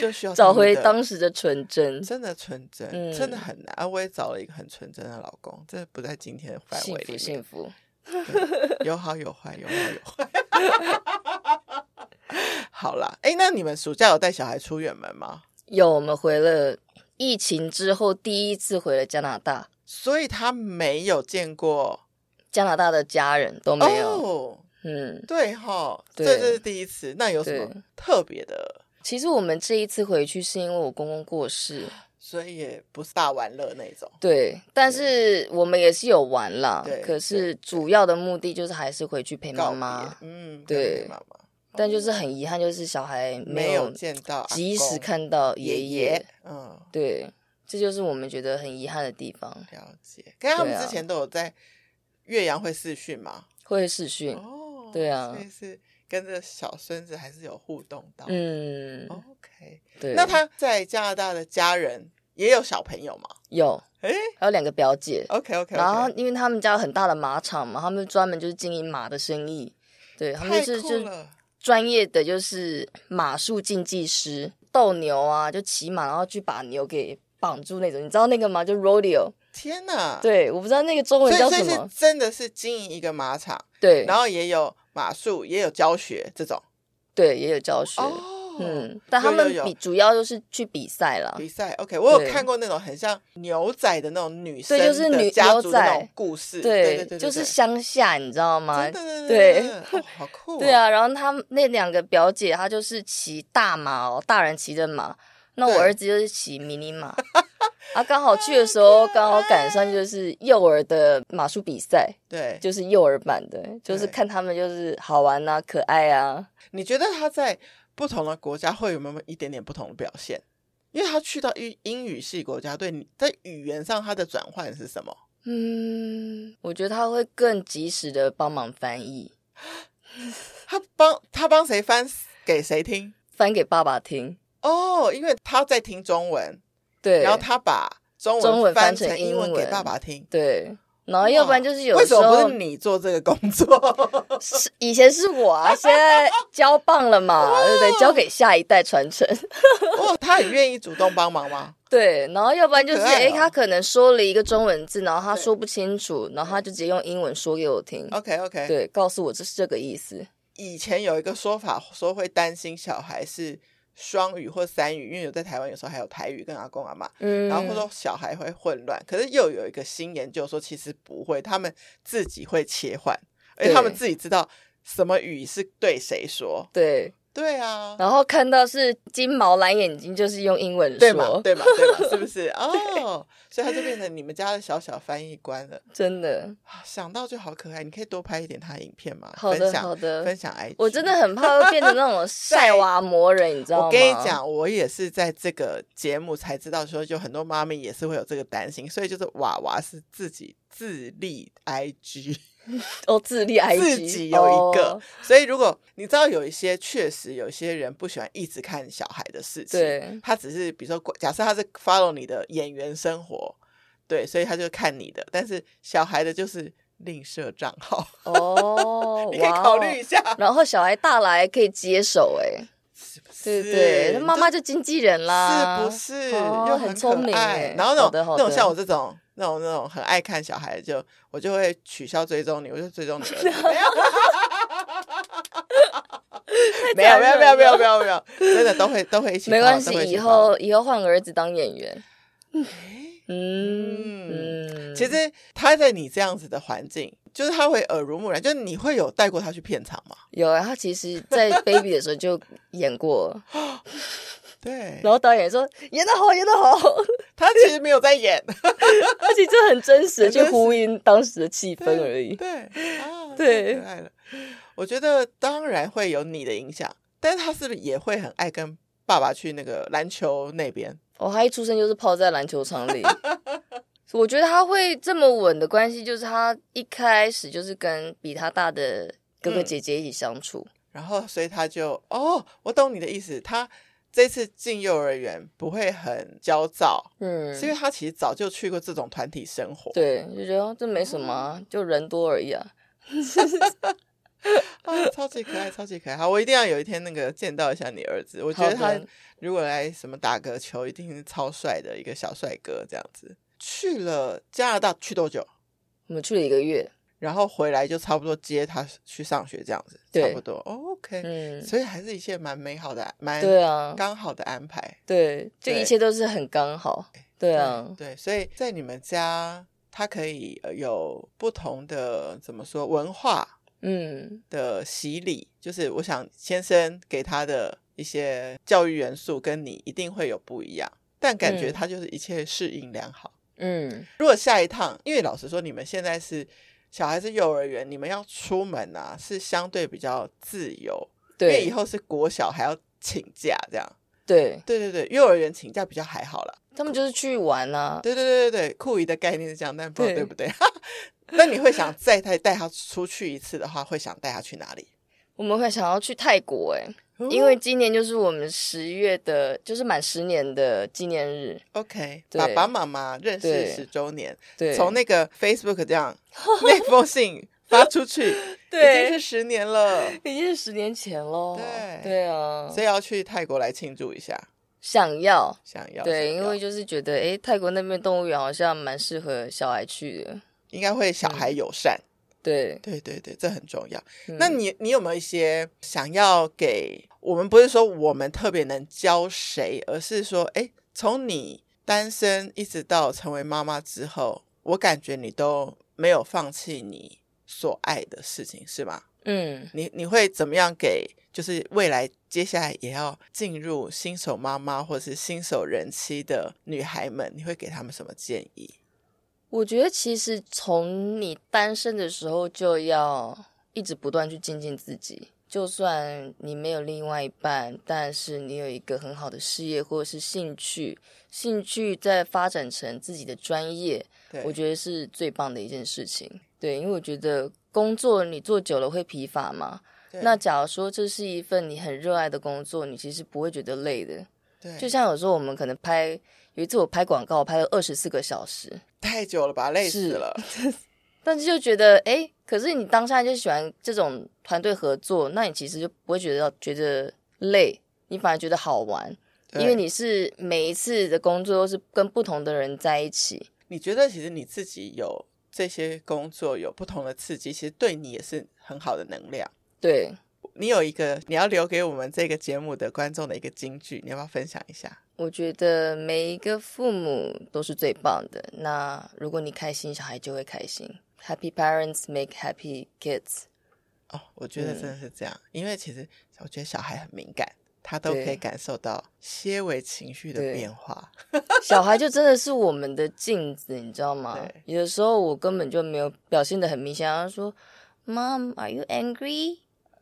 [SPEAKER 2] 就需要
[SPEAKER 1] 找
[SPEAKER 2] 他们
[SPEAKER 1] 回
[SPEAKER 2] 的
[SPEAKER 1] 当时的纯真，
[SPEAKER 2] 真的纯真，
[SPEAKER 1] 嗯
[SPEAKER 2] 真的很难。啊我也找了一个很纯真的老公，这不在今天的范
[SPEAKER 1] 幸
[SPEAKER 2] 围
[SPEAKER 1] 福
[SPEAKER 2] 里
[SPEAKER 1] 幸
[SPEAKER 2] 面。
[SPEAKER 1] 福，
[SPEAKER 2] 对有好有坏，有好有坏。 <laughs> 好啦，哎、那你们暑假有带小孩出远门吗？
[SPEAKER 1] 有我们回了疫情之后第一次回了加拿大，
[SPEAKER 2] 所以他没有见过，
[SPEAKER 1] 加拿大的家人都没有，
[SPEAKER 2] 哦、
[SPEAKER 1] 嗯。
[SPEAKER 2] 对哈，
[SPEAKER 1] 对
[SPEAKER 2] 这这是第一次。那有什么
[SPEAKER 1] 对
[SPEAKER 2] 特别的？
[SPEAKER 1] 其实我们这一次回去是因为我公公过世，
[SPEAKER 2] 所以也不是大玩乐那种。
[SPEAKER 1] 对，但是我们也是有玩啦
[SPEAKER 2] 对。
[SPEAKER 1] 可
[SPEAKER 2] 对
[SPEAKER 1] 是主要的目的就是还是回去陪妈
[SPEAKER 2] 告
[SPEAKER 1] 妈
[SPEAKER 2] 别，，嗯，
[SPEAKER 1] 对
[SPEAKER 2] 告别妈妈，
[SPEAKER 1] 但就是很遗憾，就是小孩
[SPEAKER 2] 没有
[SPEAKER 1] 有
[SPEAKER 2] 见到阿公，
[SPEAKER 1] 及时看到爷
[SPEAKER 2] 爷爷，嗯，
[SPEAKER 1] 对，这就是我们觉得很遗憾的地方。
[SPEAKER 2] 了解，跟他们
[SPEAKER 1] 对啊
[SPEAKER 2] 之前都有在岳阳会视讯嘛？
[SPEAKER 1] 会视讯，
[SPEAKER 2] 哦
[SPEAKER 1] 对啊
[SPEAKER 2] 所以是跟着小孙子还是有互动到。
[SPEAKER 1] 嗯，
[SPEAKER 2] ，OK。
[SPEAKER 1] 对。
[SPEAKER 2] 那他在加拿大的家人也有小朋友嘛？
[SPEAKER 1] 有
[SPEAKER 2] 诶
[SPEAKER 1] 还有两个表姐，
[SPEAKER 2] o k OK，,
[SPEAKER 1] 然后因为他们家有很大的马场嘛，他们专门就是经营马的生意，对他们
[SPEAKER 2] 太
[SPEAKER 1] 就是
[SPEAKER 2] 酷
[SPEAKER 1] 就
[SPEAKER 2] 了，
[SPEAKER 1] 专业的就是马术竞技师，斗牛啊，就骑马然后去把牛给绑住那种，你知道那个吗？就 rodeo。
[SPEAKER 2] 天哪！，
[SPEAKER 1] 对，我不知道那个中
[SPEAKER 2] 所
[SPEAKER 1] 文
[SPEAKER 2] 以
[SPEAKER 1] 叫
[SPEAKER 2] 所
[SPEAKER 1] 什
[SPEAKER 2] 以是
[SPEAKER 1] 么。
[SPEAKER 2] 真的是经营一个马场，
[SPEAKER 1] 对，
[SPEAKER 2] 然后也有马术，也有教学这种。
[SPEAKER 1] 对也有教学。
[SPEAKER 2] 哦，
[SPEAKER 1] 嗯，但他
[SPEAKER 2] 有
[SPEAKER 1] 们
[SPEAKER 2] 有有
[SPEAKER 1] 比主要就是去比赛啦。
[SPEAKER 2] 哦比赛 OK，我有
[SPEAKER 1] 对
[SPEAKER 2] 看过那种很像牛仔的那种女生
[SPEAKER 1] 对就是
[SPEAKER 2] 的
[SPEAKER 1] 女
[SPEAKER 2] 家
[SPEAKER 1] 牛
[SPEAKER 2] 族的那
[SPEAKER 1] 仔
[SPEAKER 2] 种故事，对对
[SPEAKER 1] 对
[SPEAKER 2] 对，
[SPEAKER 1] 就是
[SPEAKER 2] 对
[SPEAKER 1] 乡下，你知道吗
[SPEAKER 2] 真？的
[SPEAKER 1] 啊对
[SPEAKER 2] 哦好
[SPEAKER 1] <laughs>
[SPEAKER 2] 酷、
[SPEAKER 1] 对，啊，然后他们那两个表姐，她就是骑大马哦，大人骑着马，那我
[SPEAKER 2] 对
[SPEAKER 1] 儿子就是骑迷你
[SPEAKER 2] <laughs>
[SPEAKER 1] 马。啊，刚好去的时
[SPEAKER 2] 哎
[SPEAKER 1] 候，刚好赶上就是幼儿的马术比赛，
[SPEAKER 2] 对，
[SPEAKER 1] 就是幼儿版的，就是
[SPEAKER 2] 对
[SPEAKER 1] 看他们就是好玩啊，可爱啊。
[SPEAKER 2] 你觉得他在不同的国家会有没有一点点不同的表现？因为他去到英英语系国家，对你在语言上他的转换是什么？
[SPEAKER 1] 嗯，我觉得他会更及时的帮忙翻译，
[SPEAKER 2] 他帮他帮谁翻给谁听？
[SPEAKER 1] 翻给爸爸听。
[SPEAKER 2] 哦，因为他在听中文，
[SPEAKER 1] 对，
[SPEAKER 2] 然后他把中
[SPEAKER 1] 中
[SPEAKER 2] 文
[SPEAKER 1] 文
[SPEAKER 2] 翻
[SPEAKER 1] 翻
[SPEAKER 2] 成
[SPEAKER 1] 成
[SPEAKER 2] 英文
[SPEAKER 1] 英
[SPEAKER 2] 给
[SPEAKER 1] 文
[SPEAKER 2] 爸爸听。
[SPEAKER 1] 对，然后要不然就是有
[SPEAKER 2] 为
[SPEAKER 1] 时
[SPEAKER 2] 什么不
[SPEAKER 1] 候
[SPEAKER 2] 是你做这个工作？ <laughs> 哦
[SPEAKER 1] 是以前是我啊，现在交棒了嘛，对不对？交给下一代传承。
[SPEAKER 2] 哦，他很愿意主动帮忙
[SPEAKER 1] <laughs>
[SPEAKER 2] 吗？
[SPEAKER 1] 对，然后要不然就是
[SPEAKER 2] 好可爱
[SPEAKER 1] 诶，
[SPEAKER 2] 哦
[SPEAKER 1] 他可能说了一个中文字，然后他
[SPEAKER 2] 对
[SPEAKER 1] 说不清楚，然后他就直接用英文说给我听。
[SPEAKER 2] OK OK，
[SPEAKER 1] 对，告诉我这是这个意思。
[SPEAKER 2] 以前有一个说法说会担心小孩是双语或三语，因为有在台湾有时候还有台语跟阿公阿妈，
[SPEAKER 1] 嗯，
[SPEAKER 2] 然后或者说小孩会混乱。可是又有一个新研究说，其实不会，他们自己会切换，而且
[SPEAKER 1] 对
[SPEAKER 2] 他们自己知道什么语是对谁说。
[SPEAKER 1] 对，
[SPEAKER 2] 对啊，
[SPEAKER 1] 然后看到是金毛蓝眼睛，就是用英文
[SPEAKER 2] 对嘛，
[SPEAKER 1] 说，
[SPEAKER 2] 对嘛，对嘛，是
[SPEAKER 1] <laughs>
[SPEAKER 2] 不是？哦，所以他就变成你们家的小小翻译官了。
[SPEAKER 1] 真的，
[SPEAKER 2] 啊想到就好可爱，你可以多拍一点他的影片嘛，
[SPEAKER 1] 好
[SPEAKER 2] 分
[SPEAKER 1] 的
[SPEAKER 2] 享
[SPEAKER 1] 好的
[SPEAKER 2] 分享 IG。
[SPEAKER 1] 我真的很怕会变成那种晒娃魔人，你知道吗？
[SPEAKER 2] 我跟你，讲，我也是在这个节目才知道，说有很多妈咪也是会有这个担心，所以就是娃娃是自己自立 IG，
[SPEAKER 1] 哦，自立 IG，
[SPEAKER 2] 自己有一个。
[SPEAKER 1] 哦
[SPEAKER 2] 所以如果你知道有一些确实有些人不喜欢一直看小孩的事情，
[SPEAKER 1] 对
[SPEAKER 2] 他只是比如说假设他是 follow 你的演员生活，对，所以他就看你的，但是小孩的就是另设账号，，
[SPEAKER 1] 哦
[SPEAKER 2] <laughs> 你可以考虑
[SPEAKER 1] 哇
[SPEAKER 2] 一
[SPEAKER 1] 哦。
[SPEAKER 2] 下。
[SPEAKER 1] 然后小孩大来可以接手、哎，对
[SPEAKER 2] 是
[SPEAKER 1] 对，他
[SPEAKER 2] 你
[SPEAKER 1] 妈
[SPEAKER 2] 就
[SPEAKER 1] 妈就经纪人啦，
[SPEAKER 2] 是不是？
[SPEAKER 1] 哦
[SPEAKER 2] 又
[SPEAKER 1] 很
[SPEAKER 2] 很
[SPEAKER 1] 聪
[SPEAKER 2] 可
[SPEAKER 1] 明
[SPEAKER 2] 爱
[SPEAKER 1] 耶。
[SPEAKER 2] 然后那
[SPEAKER 1] 好
[SPEAKER 2] 种
[SPEAKER 1] 的好
[SPEAKER 2] 那种
[SPEAKER 1] 的
[SPEAKER 2] 像我这种那种那种很爱看小孩的就，我就会取消追踪你，我就追踪你儿子。
[SPEAKER 1] <laughs>
[SPEAKER 2] 没有 <laughs> 没有没有没有没有没有没有，真的都会都会一起
[SPEAKER 1] 没
[SPEAKER 2] 报
[SPEAKER 1] 关
[SPEAKER 2] 哦都
[SPEAKER 1] 系
[SPEAKER 2] 会，一起
[SPEAKER 1] 以
[SPEAKER 2] 报
[SPEAKER 1] 后嗯以后换儿子当演员。嗯
[SPEAKER 2] 嗯
[SPEAKER 1] 嗯，
[SPEAKER 2] 其实他在你这样子的环境，就是他会耳濡目染，就是你会有带过他去片场嘛？
[SPEAKER 1] 有啊，他其实在 baby 的时候就演过，
[SPEAKER 2] 对，
[SPEAKER 1] 然后导演说演的好，演的好， <laughs>
[SPEAKER 2] 他其实没有在演，
[SPEAKER 1] 而且这很真实，
[SPEAKER 2] 很
[SPEAKER 1] 就
[SPEAKER 2] 真实
[SPEAKER 1] 呼应当时的气氛而已。
[SPEAKER 2] 对啊，太
[SPEAKER 1] 对
[SPEAKER 2] 可爱了。我觉得当然会有你的影响，但是他是不是也会很爱跟爸爸去那个篮球那边？
[SPEAKER 1] 哦，他一出生就是泡在篮球场里。我觉得他会这么稳的关系，就是他一开始就是跟比他大的哥哥
[SPEAKER 2] 嗯
[SPEAKER 1] 姐姐一起相处。
[SPEAKER 2] 然后，所以他就哦，我懂你的意思。他这次进幼儿园不会很焦躁，
[SPEAKER 1] 嗯，
[SPEAKER 2] 是因为他其实早就去过这种团体生活。
[SPEAKER 1] 对，就觉得哦这没什么啊，就人多而已啊。
[SPEAKER 2] 啊，超级可爱，超级可爱。好，我一定要有一天那个见到一下你儿子。我觉得
[SPEAKER 1] 好
[SPEAKER 2] 他
[SPEAKER 1] 的
[SPEAKER 2] 如果来什么打个球，一定是超帅的一个小帅哥这样子。去了加拿大去多久？
[SPEAKER 1] 我们去了一个月，
[SPEAKER 2] 然后回来就差不多接他去上学这样子，
[SPEAKER 1] 对
[SPEAKER 2] 差不多。哦 OK，、
[SPEAKER 1] 嗯，
[SPEAKER 2] 所以还是一切蛮美好的，蛮
[SPEAKER 1] 对啊，
[SPEAKER 2] 刚好的安排。
[SPEAKER 1] 对，就
[SPEAKER 2] 对哎
[SPEAKER 1] 一切都是很刚好。对啊，
[SPEAKER 2] 对，所以在你们家，他可以呃有不同的怎么说文化
[SPEAKER 1] 嗯，
[SPEAKER 2] 的洗礼，就是我想先生给他的一些教育元素跟你一定会有不一样，但感觉
[SPEAKER 1] 嗯
[SPEAKER 2] 他就是一切适应良好。
[SPEAKER 1] 嗯，
[SPEAKER 2] 如果下一趟，因为老实说，你们现在是小孩是幼儿园，你们要出门啊，是相对比较自由，因为以
[SPEAKER 1] 对
[SPEAKER 2] 后是国小还要请假这样。
[SPEAKER 1] 对，
[SPEAKER 2] 对对对，幼儿园请假比较还好啦。
[SPEAKER 1] 他们就是去玩啊。
[SPEAKER 2] 对对对对对，酷姨的概念是这样，但不知道
[SPEAKER 1] 对
[SPEAKER 2] 对不 <laughs> 对。那你会想再带带他出去一次的话，会想带他去哪里？
[SPEAKER 1] 我们会想要去泰国哎、
[SPEAKER 2] 哦
[SPEAKER 1] 因为今年就是我们十月的，就是满十年的纪念日。
[SPEAKER 2] 哦 OK，
[SPEAKER 1] 对
[SPEAKER 2] 爸爸妈妈认识
[SPEAKER 1] 对
[SPEAKER 2] 十周年，
[SPEAKER 1] 对，
[SPEAKER 2] 从那个 Facebook 这样那封信发出去， <laughs> 已经
[SPEAKER 1] 对
[SPEAKER 2] 是，十年了，
[SPEAKER 1] 已经是十年前喽。
[SPEAKER 2] 对
[SPEAKER 1] 对啊，
[SPEAKER 2] 所以要去泰国来庆祝一下。
[SPEAKER 1] 想要
[SPEAKER 2] 想要
[SPEAKER 1] 对，
[SPEAKER 2] 想
[SPEAKER 1] 因
[SPEAKER 2] 要
[SPEAKER 1] 为就是觉得诶，泰国那边动物园好像蛮适合小孩去的。
[SPEAKER 2] 应该会小孩友善，
[SPEAKER 1] 对，
[SPEAKER 2] 对对对，这很重要。
[SPEAKER 1] 嗯
[SPEAKER 2] 那你你有没有一些想要给我们？不是说我们特别能教谁，而是说，哎，从你单身一直到成为妈妈之后，我感觉你都没有放弃你所爱的事情，是吗？
[SPEAKER 1] 嗯，
[SPEAKER 2] 你你会怎么样给？就是未来接下来也要进入新手妈妈或是新手人妻的女孩们，你会给她们什么建议？
[SPEAKER 1] 我觉得其实从你单身的时候就要一直不断去精进自己，就算你没有另外一半，但是你有一个很好的事业或者是兴趣，兴趣再发展成自己的专业，
[SPEAKER 2] 对，
[SPEAKER 1] 我觉得是最棒的一件事情。对，因为我觉得工作你做久了会疲乏嘛。
[SPEAKER 2] 对
[SPEAKER 1] 那假如说这是一份你很热爱的工作，你其实不会觉得累的。
[SPEAKER 2] 对
[SPEAKER 1] 就像有时候我们可能拍，有一次我拍广告，我拍了二十四个小时，
[SPEAKER 2] 太久了吧，累死
[SPEAKER 1] 是
[SPEAKER 2] 了。
[SPEAKER 1] 但是就觉得，哎、可是你当下就喜欢这种团队合作，那你其实就不会觉得觉得累，你反而觉得好玩，
[SPEAKER 2] 对
[SPEAKER 1] 因为你是每一次的工作都是跟不同的人在一起。
[SPEAKER 2] 你觉得其实你自己有这些工作有不同的刺激，其实对你也是很好的能量。
[SPEAKER 1] 对，
[SPEAKER 2] 你有一个你要留给我们这个节目的观众的一个金句，你要不要分享一下？
[SPEAKER 1] 我觉得每一个父母都是最棒的。那如果你开心，小孩就会开心。Happy parents make happy
[SPEAKER 2] <laughs>
[SPEAKER 1] kids。
[SPEAKER 2] 哦，我觉得真
[SPEAKER 1] 嗯
[SPEAKER 2] 的是这样，因为其实我觉得小孩很敏感，他都
[SPEAKER 1] 对
[SPEAKER 2] 可以感受到些微情绪的
[SPEAKER 1] 对
[SPEAKER 2] 变化。
[SPEAKER 1] 小孩就真的是我们的镜子，你知道吗
[SPEAKER 2] 对？
[SPEAKER 1] 有的时候我根本就没有表现的很明显，他说：“Mom, are you angry？”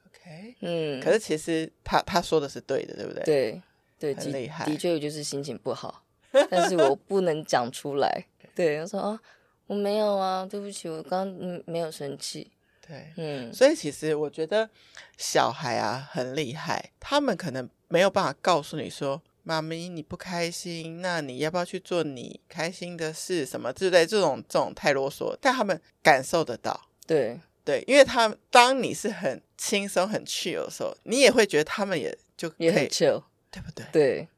[SPEAKER 2] OK，、
[SPEAKER 1] 嗯，
[SPEAKER 2] 可是其实他他说的是对的，对不对？，
[SPEAKER 1] 对对，
[SPEAKER 2] 很
[SPEAKER 1] 的
[SPEAKER 2] 厉害
[SPEAKER 1] <laughs> 的确就是心情不好，但是我不能讲出来。对，他说啊，我没有啊，对不起，我刚刚嗯没有生气。
[SPEAKER 2] 对，
[SPEAKER 1] 嗯，
[SPEAKER 2] 所以其实我觉得小孩啊很厉害，他们可能没有办法告诉你说。妈咪，你不开心，那你要不要去做你开心的事？什么之类，这种这种太啰嗦，但他们感受得到，
[SPEAKER 1] 对，
[SPEAKER 2] 对，因为他们当你是很轻松、很 chill 的时候，你也会觉得他们也就可以，
[SPEAKER 1] 也很 chill。
[SPEAKER 2] 对不对？
[SPEAKER 1] 对，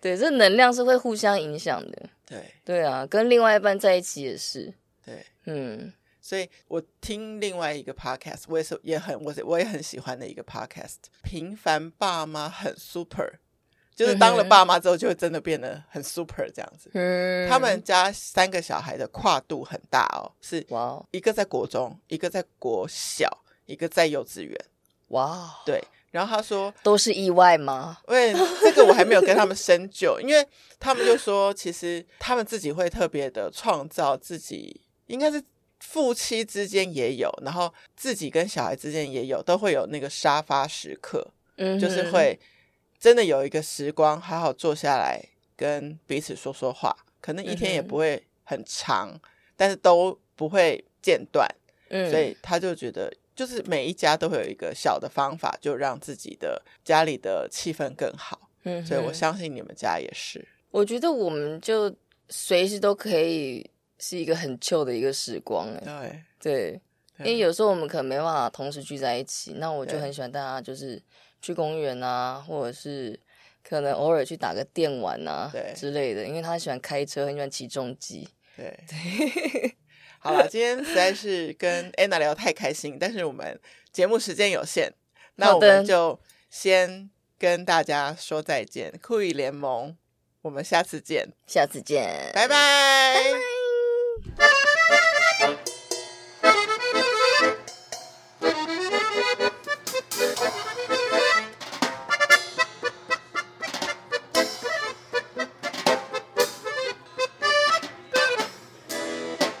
[SPEAKER 1] 对，这能量是会互相影响的。
[SPEAKER 2] 对
[SPEAKER 1] 对啊，跟另外一半在一起也是。
[SPEAKER 2] 对，
[SPEAKER 1] 嗯，
[SPEAKER 2] 所以我听另外一个 podcast，我也是也很我我也很喜欢的一个 podcast，《平凡爸妈很 super》，就是当了
[SPEAKER 1] 嗯哼
[SPEAKER 2] 爸妈之后，就会真的变得很 super 这样子。
[SPEAKER 1] 嗯
[SPEAKER 2] 他们家三个小孩的跨度很大哦，是
[SPEAKER 1] 哇哦
[SPEAKER 2] 一个在国中，一个在国小，一个在幼稚园。
[SPEAKER 1] 哇哦，
[SPEAKER 2] 对，然后他说，
[SPEAKER 1] 都是意外吗？
[SPEAKER 2] 因为这个我还没有跟他们深究，因为他们就说，其实他们自己会特别的创造自己，应该是夫妻之间也有，然后自己跟小孩之间也有，都会有那个沙发时刻，
[SPEAKER 1] 嗯哼，
[SPEAKER 2] 就是会真的有一个时光，好好坐下来跟彼此说说话，可能一天也
[SPEAKER 1] 嗯哼
[SPEAKER 2] 不会很长，但是都不会间断。
[SPEAKER 1] 嗯，
[SPEAKER 2] 所以他就觉得，就是每一家都会有一个小的方法，就让自己的家里的气氛更好。
[SPEAKER 1] 嗯哼，
[SPEAKER 2] 所以我相信你们家也是，
[SPEAKER 1] 我觉得我们就随时都可以是一个很 chill 的一个时光、欸，
[SPEAKER 2] 对，啊
[SPEAKER 1] 对，因为有时候我们可能没办法同时聚在一起，那我就
[SPEAKER 2] 对
[SPEAKER 1] 很喜欢大家就是去公园啊，或者是可能偶尔去打个电玩啊
[SPEAKER 2] 对
[SPEAKER 1] 之类的，因为他喜欢开车，很喜欢起重机，
[SPEAKER 2] 对。好了，今天实在是跟 Anna 聊得太开心，但是我们节目时间有限，那
[SPEAKER 1] 好
[SPEAKER 2] 我
[SPEAKER 1] 的
[SPEAKER 2] 们就先跟大家说再见，酷语联盟，我们下次见，
[SPEAKER 1] 下次见，
[SPEAKER 2] 拜拜。
[SPEAKER 1] 拜。